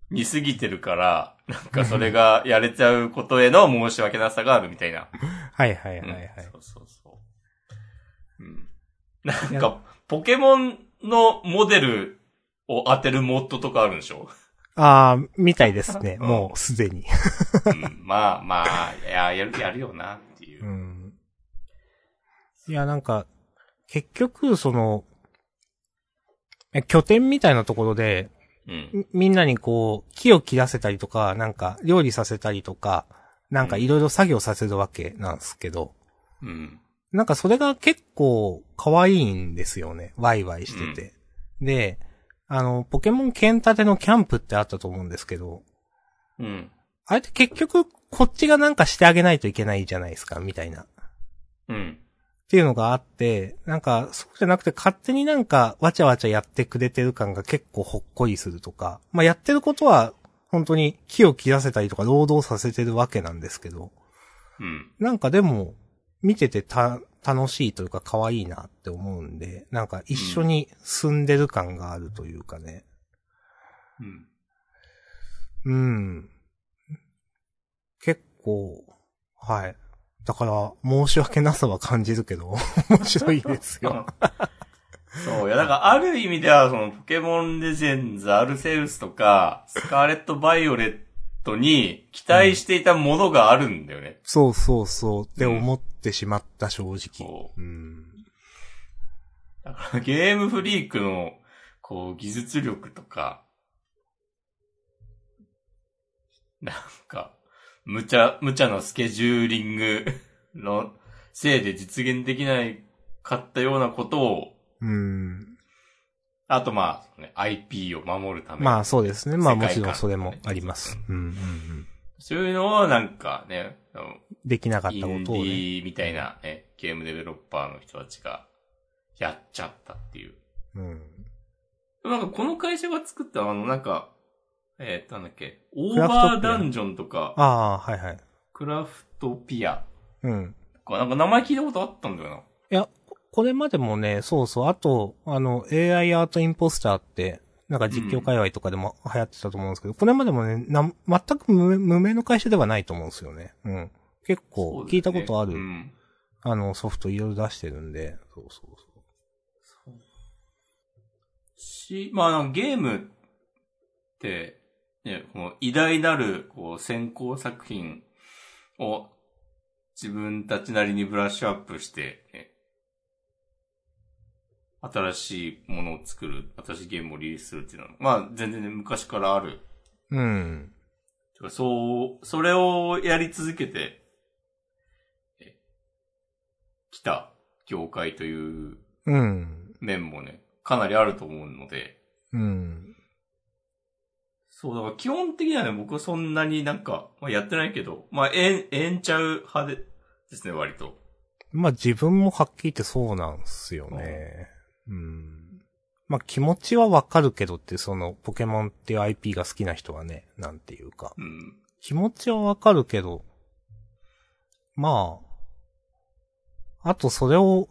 Speaker 1: う、似すぎてるから、なんかそれがやれちゃうことへの申し訳なさがあるみたいな。
Speaker 2: はい、はい、はい、
Speaker 1: う
Speaker 2: は
Speaker 1: ん
Speaker 2: い
Speaker 1: そ。うそうそう。うん。なんか、ポケモンのモデルを当てるモッドとかあるんでし
Speaker 2: [laughs]
Speaker 1: ょ、
Speaker 2: あー、みたいですね。
Speaker 1: うん
Speaker 2: もう、すでに。
Speaker 1: うん、まあまあ、いや、やる、やるよな、っていうう。
Speaker 2: ん。いや、なんか、結局、その、え拠点みたいなところで、
Speaker 1: うん。
Speaker 2: みみんなにこう、木を切らせたりとか、なんか料理させたりとか、なんかいろいろ作業させるわけなんですけど、
Speaker 1: うん。
Speaker 2: なんかそれが結構可愛いんですよね。ワイワイしてて。で、あの、ポケモン剣立てのキャンプってあったと思うんですけど、
Speaker 1: うん。
Speaker 2: あれって結局こっちがなんかしてあげないといけないじゃないですか、みたいな。
Speaker 1: うん。
Speaker 2: っていうのがあって、なんか、そうじゃなくて勝手になんか、わちゃわちゃやってくれてる感が結構ほっこりするとか、まあやってることは、本当に木を切らせたりとか労働させてるわけなんですけど、
Speaker 1: うん。
Speaker 2: なんかでも、見ててた、楽しいというか可愛いなって思うんで、なんか一緒に住んでる感があるというかね。
Speaker 1: うん。
Speaker 2: うん。結構、はい。だから、申し訳なさは感じるけど、面白いですよ。
Speaker 1: [laughs] そう、いや、だから、ある意味では、その、ポケモンレジェンズ、アルセウスとか、スカーレット・バイオレットに期待していたものがあるんだよね。
Speaker 2: そうそうそうって
Speaker 1: うん
Speaker 2: 思ってしまった正直
Speaker 1: そ。
Speaker 2: うん。
Speaker 1: だから、 [laughs] ゲームフリークの、こう、技術力とか、なんか、無茶、無茶なスケジューリングのせいで実現できないかったようなことを、
Speaker 2: うん。
Speaker 1: あとまあ、ね IP を守るために
Speaker 2: まあそうですね。まあ
Speaker 1: 世
Speaker 2: も
Speaker 1: 界
Speaker 2: ち
Speaker 1: 観
Speaker 2: ろんそれもあります。うんうんうん。
Speaker 1: そういうのをなんかね、あの
Speaker 2: できなかった
Speaker 1: イ
Speaker 2: こ
Speaker 1: ンデ
Speaker 2: とをね。
Speaker 1: ィーみたいな、ね、ゲームデベロッパーの人たちがやっちゃったっていう。
Speaker 2: うん。
Speaker 1: でもなんかこの会社が作ったあのなんか、えー、なんだっけ、オー
Speaker 2: クラフトピア
Speaker 1: バーダンジョンとか、
Speaker 2: ああー、はいはい。
Speaker 1: クラフトピア
Speaker 2: うん。
Speaker 1: とか、なんか名前聞いたことあったんだよな。
Speaker 2: いや、これまでもね、そうそう。あと、あの、AI アートインポスターって、なんか実況界隈とかでも流行ってたと思うんですけど、これまでもね、なん全く無無名の会社ではないと思うんですよね。うん。結構、聞いたことある、
Speaker 1: そうだよね
Speaker 2: あの、ソフトいろいろ出してるんで。そうそうそ
Speaker 1: う
Speaker 2: う。
Speaker 1: ん。し、まあなんかゲームって、ね、この偉大なるこう先行作品を自分たちなりにブラッシュアップして、ね、新しいものを作る、新しいゲームをリリースするっていうのは、まあ全然ね、昔からある。
Speaker 2: うん。
Speaker 1: てかそう、それをやり続けて、えきた業界という
Speaker 2: うん。
Speaker 1: 面もね、かなりあると思うので、
Speaker 2: うん。
Speaker 1: そう、だから基本的にはね、僕はそんなになんか、まあ、やってないけど、まあ、えん、えんちゃう派で、ですね、割と。
Speaker 2: まあ自分もはっきり言ってそうなんすよね。うん。まあ気持ちはわかるけどって、そのポケモンっていう IP が好きな人はね、なんていうか。
Speaker 1: うん。
Speaker 2: 気持ちはわかるけど、まあ、あとそれを、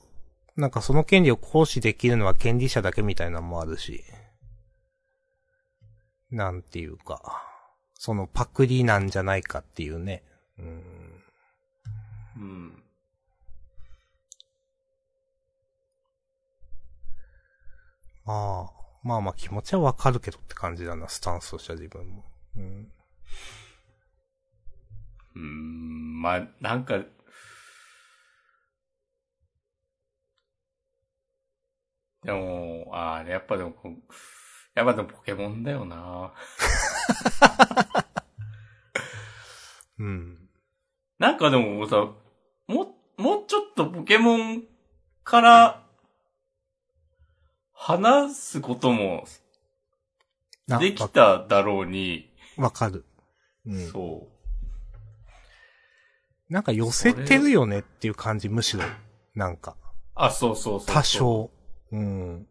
Speaker 2: なんかその権利を行使できるのは権利者だけみたいなのもあるし、なんていうか、そのパクリなんじゃないかっていうね。うん。
Speaker 1: うん。
Speaker 2: まあ、まあまあ気持ちはわかるけどって感じだな、スタンスとしては自分も。うん。
Speaker 1: うん、まあ、なんか、でも、ああ、やっぱでもこう、やっぱでもポケモンだよな。
Speaker 2: うん。
Speaker 1: なんかでもさ、も、もうちょっとポケモンから、話すことも
Speaker 2: な
Speaker 1: できただろうに、
Speaker 2: わわかる。うん。
Speaker 1: そう。
Speaker 2: なんか寄せてるよねっていう感じ、むしろ。なんか。
Speaker 1: あ、そうそうそうそう。
Speaker 2: 多。少。うん。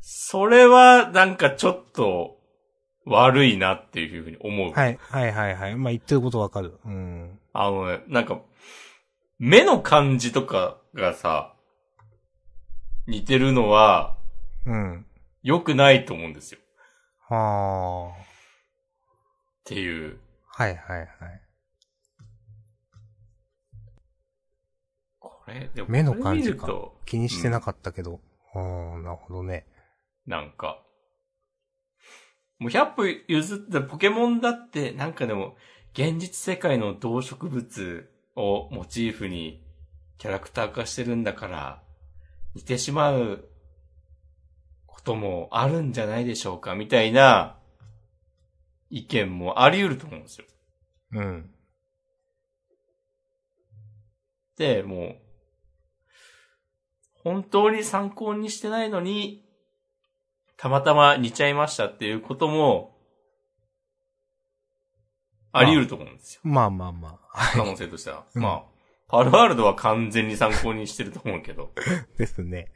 Speaker 1: それは、なんかちょっと、悪いなっていうふうに思う。
Speaker 2: はい、はい、はい、はい。まあ、言ってることわかる。うん。
Speaker 1: あのね、なんか、目の感じとかがさ、似てるのは、
Speaker 2: うん。
Speaker 1: 良くないと思うんですよ。っ
Speaker 2: はあ。
Speaker 1: ていう。
Speaker 2: はい、はい、はい。
Speaker 1: これ、でも
Speaker 2: 目の感じ
Speaker 1: こ
Speaker 2: か
Speaker 1: れ見ると。
Speaker 2: 気にしてなかったけど。うん、なるほどね。
Speaker 1: なんか。もう100歩譲ってポケモンだって、なんかでも、現実世界の動植物をモチーフにキャラクター化してるんだから、似てしまうこともあるんじゃないでしょうか、みたいな意見もあり得ると思うんですよ。
Speaker 2: うん。
Speaker 1: って、もう、本当に参考にしてないのに、たまたま似ちゃいましたっていうことも、あり得ると思うんですよ。
Speaker 2: まあまあまあ。 [laughs]
Speaker 1: 可能性としては。
Speaker 2: うん
Speaker 1: まあ、パルワールドは完全に参考にしてると思うけど。
Speaker 2: ですね。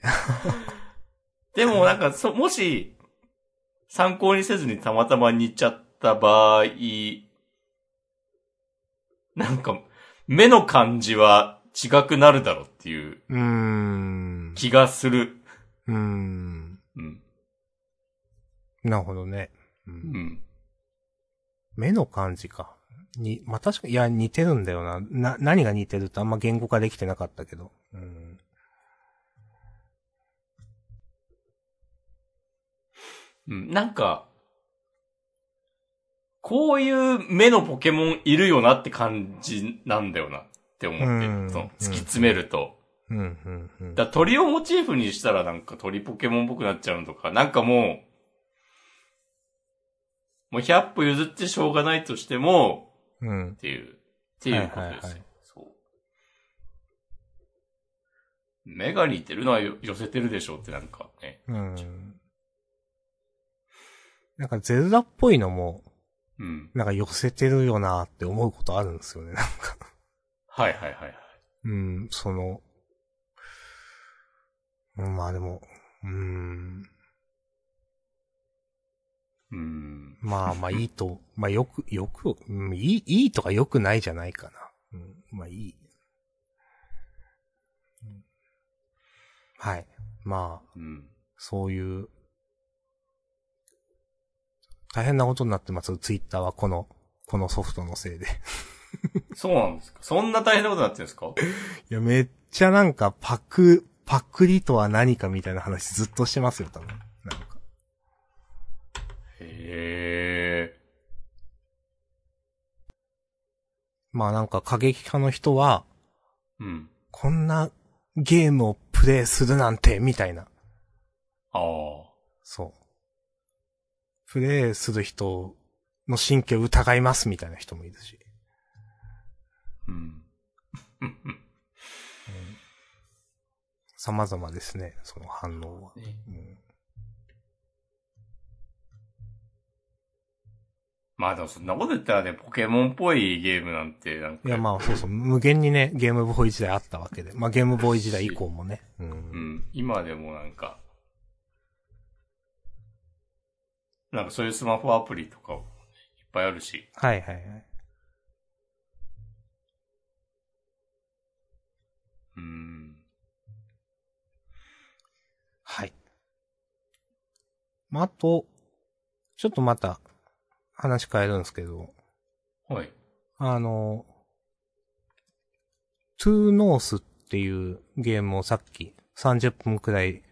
Speaker 1: でもなんか、そ、もし、参考にせずにたまたま似ちゃった場合、なんか、目の感じは違くなるだろうっていう
Speaker 2: うーん。
Speaker 1: 気がする。
Speaker 2: うーん。
Speaker 1: うん。
Speaker 2: なるほどね。うん
Speaker 1: うん。
Speaker 2: 目の感じか。に、まあ、確かに、いや、似てるんだよな。な、何が似てるってあんま言語化できてなかったけど。うん。
Speaker 1: うん。なんか、こういう目のポケモンいるよなって感じなんだよなって思って、
Speaker 2: うん
Speaker 1: その突き詰めると。
Speaker 2: うん、うん、うん。
Speaker 1: だ鳥をモチーフにしたらなんか鳥ポケモンっぽくなっちゃうのとか、なんかもう、もう100歩譲ってしょうがないとしても、
Speaker 2: うん
Speaker 1: っ。ていう、っていうことですよ。
Speaker 2: はいはいはい
Speaker 1: そう。目が似てるのはよ寄せてるでしょうってなんかね。
Speaker 2: うん。なんか、ゼルダっぽいのも、
Speaker 1: うん。
Speaker 2: なんか寄せてるよなって思うことあるんですよね。 [laughs] なんか。
Speaker 1: はいはいはいはい。
Speaker 2: うん、その、うんまあでも、うーん、
Speaker 1: うん。
Speaker 2: まあまあいいと、まあよく、よく、うん、いい、いいとかよくないじゃないかな。うん、まあいい。うんはい。まあ、
Speaker 1: うん。
Speaker 2: そういう、大変なことになってます。ツイッターはこの、このソフトのせいで。 [laughs]
Speaker 1: そうなんですか。そんな大変なことになってるんですか
Speaker 2: いや、めっちゃなんかパク、パクリとは何かみたいな話ずっとしてますよ、多分。なんか。
Speaker 1: へえ。
Speaker 2: まあなんか過激派の人は、
Speaker 1: うん。
Speaker 2: こんなゲームをプレイするなんて、みたいな。
Speaker 1: ああ。
Speaker 2: そう。プレイする人の神経を疑います、みたいな人もいるし。
Speaker 1: うん。
Speaker 2: 様々ですね、その反応は。
Speaker 1: ね
Speaker 2: うん
Speaker 1: まあでもそんなこと言ったらね、ポケモンっぽいゲームなんて、なんか。
Speaker 2: いやまあそうそう、無限にね、ゲームボーイ時代あったわけで。まあゲームボーイ時代以降もね。う。
Speaker 1: うんん。今でもなんか、なんかそういうスマホアプリとかもいっぱいあるし。
Speaker 2: はいはいはい。
Speaker 1: うん。
Speaker 2: はい。まああと、ちょっとまた、話変えるんですけど、
Speaker 1: はい。
Speaker 2: あの、トゥーノースっていうゲームをさっき30分くらい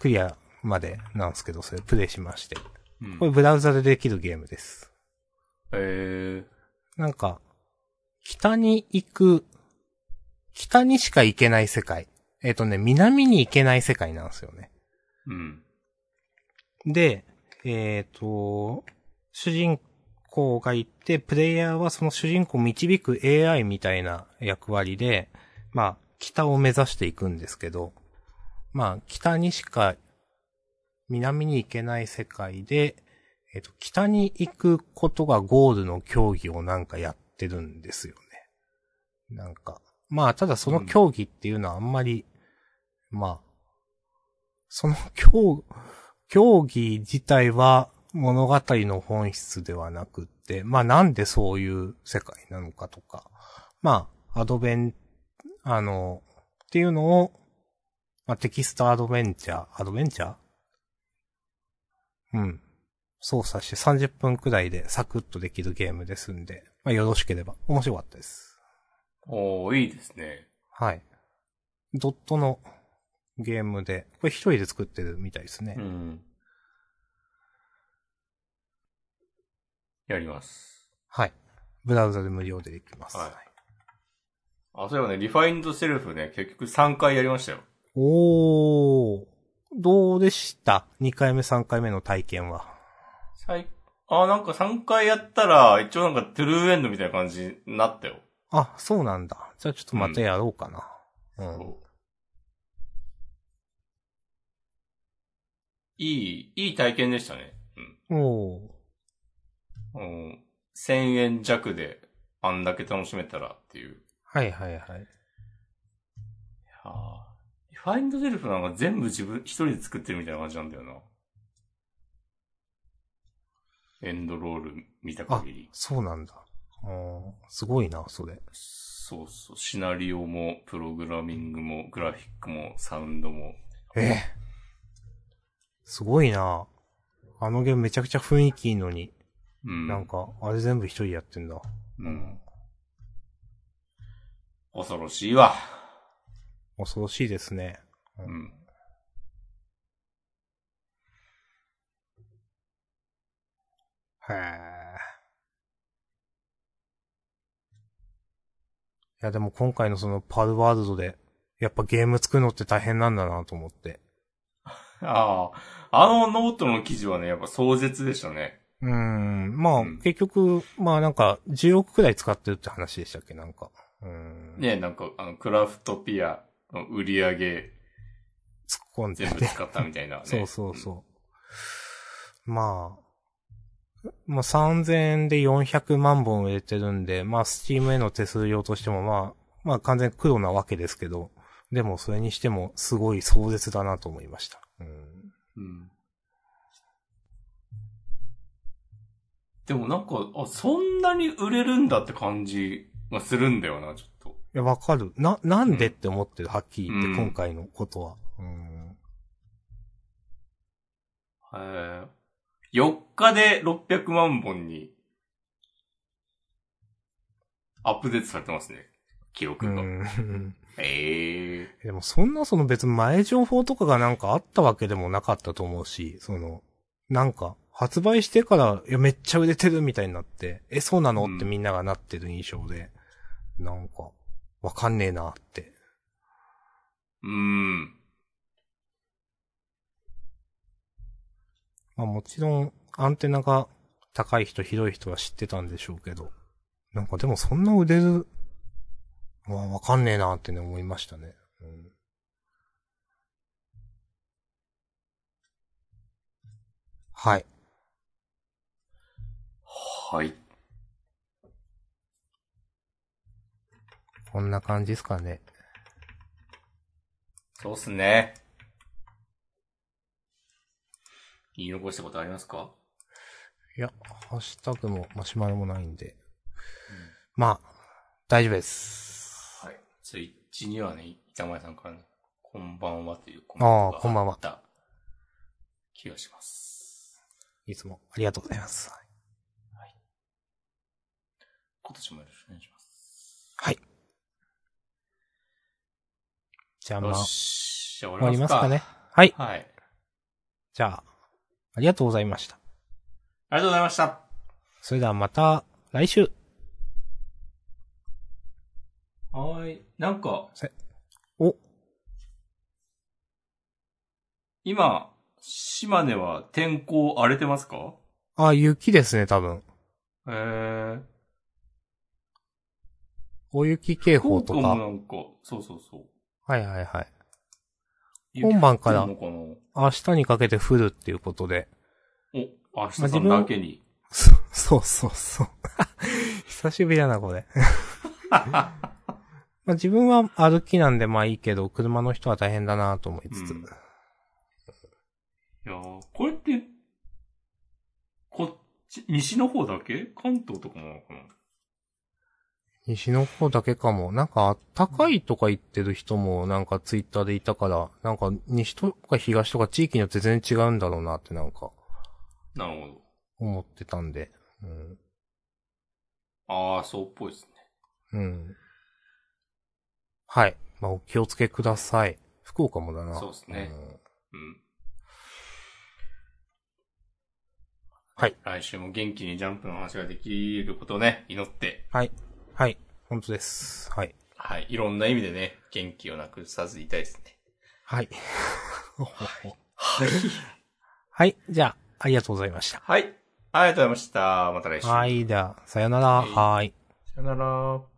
Speaker 2: クリアまでなんですけど、それプレイしまして。
Speaker 1: うん
Speaker 2: これブラウザでできるゲームです。
Speaker 1: え
Speaker 2: なんか、北に行く、北にしか行けない世界。えっ、とね、南に行けない世界なんですよね。
Speaker 1: ー、うん。
Speaker 2: で、えっ、と、主人公がいて、プレイヤーはその主人公を導く AI みたいな役割で、まあ、北を目指していくんですけど、まあ、北にしか、南に行けない世界で、えっ、と、北に行くことがゴールの競技をなんかやってるんですよね。なんか。まあ、ただその競技っていうのはあんまり、まあ、その競、競技自体は物語の本質ではなくって、まあなんでそういう世界なのかとか、まあ、アドベン、あの、っていうのを、まあテキストアドベンチャー、アドベンチャーうん。操作して30分くらいでサクッとできるゲームですんで、まあよろしければ面白かったです。
Speaker 1: おー、いいですね。
Speaker 2: はい。ドットのゲームで、これ一人で作ってるみたいですね。
Speaker 1: うん。やります。
Speaker 2: はい。ブラウザで無料でできます。
Speaker 1: はいあ、そういえばね、リファインドセルフね、結局3回やりましたよ。
Speaker 2: おー。どうでした2回目、3回目の体験は。
Speaker 1: 最、あ、なんか3回やったら、一応なんかトゥルーエンドみたいな感じになったよ。
Speaker 2: あ、そうなんだ。じゃあちょっとまたやろうかな。うん。
Speaker 1: そういい、いい体験でしたね。
Speaker 2: おー
Speaker 1: うん。うん1000円弱であんだけ楽しめたらっていう。
Speaker 2: はいはいはい。
Speaker 1: はあ、ファインドセルフなんか全部自分一人で作ってるみたいな感じなんだよな。エンドロール見た限り。
Speaker 2: そうなんだ。あーすごいな、それ。
Speaker 1: そうそう。シナリオも、プログラミングも、グラフィックも、サウンドも。
Speaker 2: ええ。すごいな。あのゲームめちゃくちゃ雰囲気いいのに、
Speaker 1: うん。
Speaker 2: なんか、あれ全部一人でやってんだ。
Speaker 1: うん。恐ろしいわ。
Speaker 2: 恐ろしいですね。
Speaker 1: うん。
Speaker 2: へえ。いや、でも今回のそのパルワールドで、やっぱゲーム作るのって大変なんだなと思って。
Speaker 1: ああ。あのノートの記事はね、やっぱ壮絶でしたね。
Speaker 2: うーん。まあ、
Speaker 1: うん
Speaker 2: 結局、まあなんか、10億くらい使ってるって話でしたっけなんか。うーん。
Speaker 1: ねなんか、あの、クラフトピアの売り上げ
Speaker 2: 突っ込んで
Speaker 1: 全
Speaker 2: て。。
Speaker 1: 部使ったみたいな、ね
Speaker 2: [laughs] そうそうそう。まあ、まあ3000円で400万本売れてるんで、まあスチームへの手数料としてもまあ、まあ完全に黒なわけですけど、でもそれにしてもすごい壮絶だなと思いました。うん。
Speaker 1: うん。でもなんか、あ、そんなに売れるんだって感じがするんだよな、ちょっと。
Speaker 2: いや、わかる。な、なんでって思ってる、はっきり言って、
Speaker 1: うん
Speaker 2: 今回のことは。うん。
Speaker 1: えー、4日で600万本に、アップデートされてますね。記録
Speaker 2: う
Speaker 1: が。
Speaker 2: ん。
Speaker 1: ええ
Speaker 2: でもそんなその別に前情報とかがなんかあったわけでもなかったと思うし、その、なんか、発売してから、いや、めっちゃ売れてるみたいになって、え、そうなの
Speaker 1: うん
Speaker 2: ってみんながなってる印象で、なんか、わかんねえなって。
Speaker 1: うん。
Speaker 2: まあもちろん、アンテナが高い人、広い人は知ってたんでしょうけど、なんかでもそんな売れる、うわわかんねえなってね、思いましたね。うんはい。
Speaker 1: はい。
Speaker 2: こんな感じですかね。
Speaker 1: そうっすね。言い残したことありますか
Speaker 2: いや、ハッシュタグもマシュマロもないんで。まあ、大丈夫です。
Speaker 1: はい。ツイッチにはね、板前さんからね、こんばんはというコ
Speaker 2: ああこんばんは
Speaker 1: た気がします。
Speaker 2: いつもありがとうございます。
Speaker 1: 今年もよろしくお願いします。
Speaker 2: はい。じゃあまあ、
Speaker 1: よ
Speaker 2: 終
Speaker 1: し。じゃあ終
Speaker 2: わ
Speaker 1: わ
Speaker 2: り
Speaker 1: りま
Speaker 2: ま
Speaker 1: すす
Speaker 2: か
Speaker 1: か
Speaker 2: ね。。はい。
Speaker 1: はい。
Speaker 2: じゃあ、ありがとうございました。
Speaker 1: ありがとうございました。
Speaker 2: それではまた来週。
Speaker 1: はい。なんか、
Speaker 2: お、
Speaker 1: 今、島根は天候荒れてますか
Speaker 2: あ、雪ですね、多分。
Speaker 1: えー。
Speaker 2: 大雪警報と
Speaker 1: 福岡
Speaker 2: か。
Speaker 1: もなんか、そうそうそう。
Speaker 2: はいはいはい。
Speaker 1: 雪降って
Speaker 2: 今晩から
Speaker 1: るのかな
Speaker 2: 明日にかけて降るっていうことで。
Speaker 1: お、明日さんだけに。
Speaker 2: そ、そうそうそう。 [laughs] 久しぶりだな、これ。 [laughs] まあ自分は歩きなんでまあいいけど、車の人は大変だなと思いつつ。
Speaker 1: うんいやー、これって、こっち、西の方だけ関東とかもなのかな
Speaker 2: 西の方だけかも。なんかあったかいとか言ってる人もなんかツイッターでいたから、なんか西とか東とか地域によって全然違うんだろうなってなんか
Speaker 1: なるほど。
Speaker 2: 思ってたんで。うん。
Speaker 1: ああ、そうっぽいですね。
Speaker 2: うん。はい。まあお気をつけください。福岡もだな。
Speaker 1: そうっすね
Speaker 2: ん
Speaker 1: うん。
Speaker 2: はい。
Speaker 1: 来週も元気にジャンプの話ができることをね、祈って、
Speaker 2: はい。はい。本当です。はい。
Speaker 1: はい。いろんな意味でね、元気をなくさずいたいですね。
Speaker 2: はい。
Speaker 1: はい。
Speaker 2: はい。じゃあ、ありがとうございました。
Speaker 1: はい。ありがとうございました。また来週。
Speaker 2: はい。では、さよなら。
Speaker 1: はい
Speaker 2: はい。
Speaker 1: さよなら。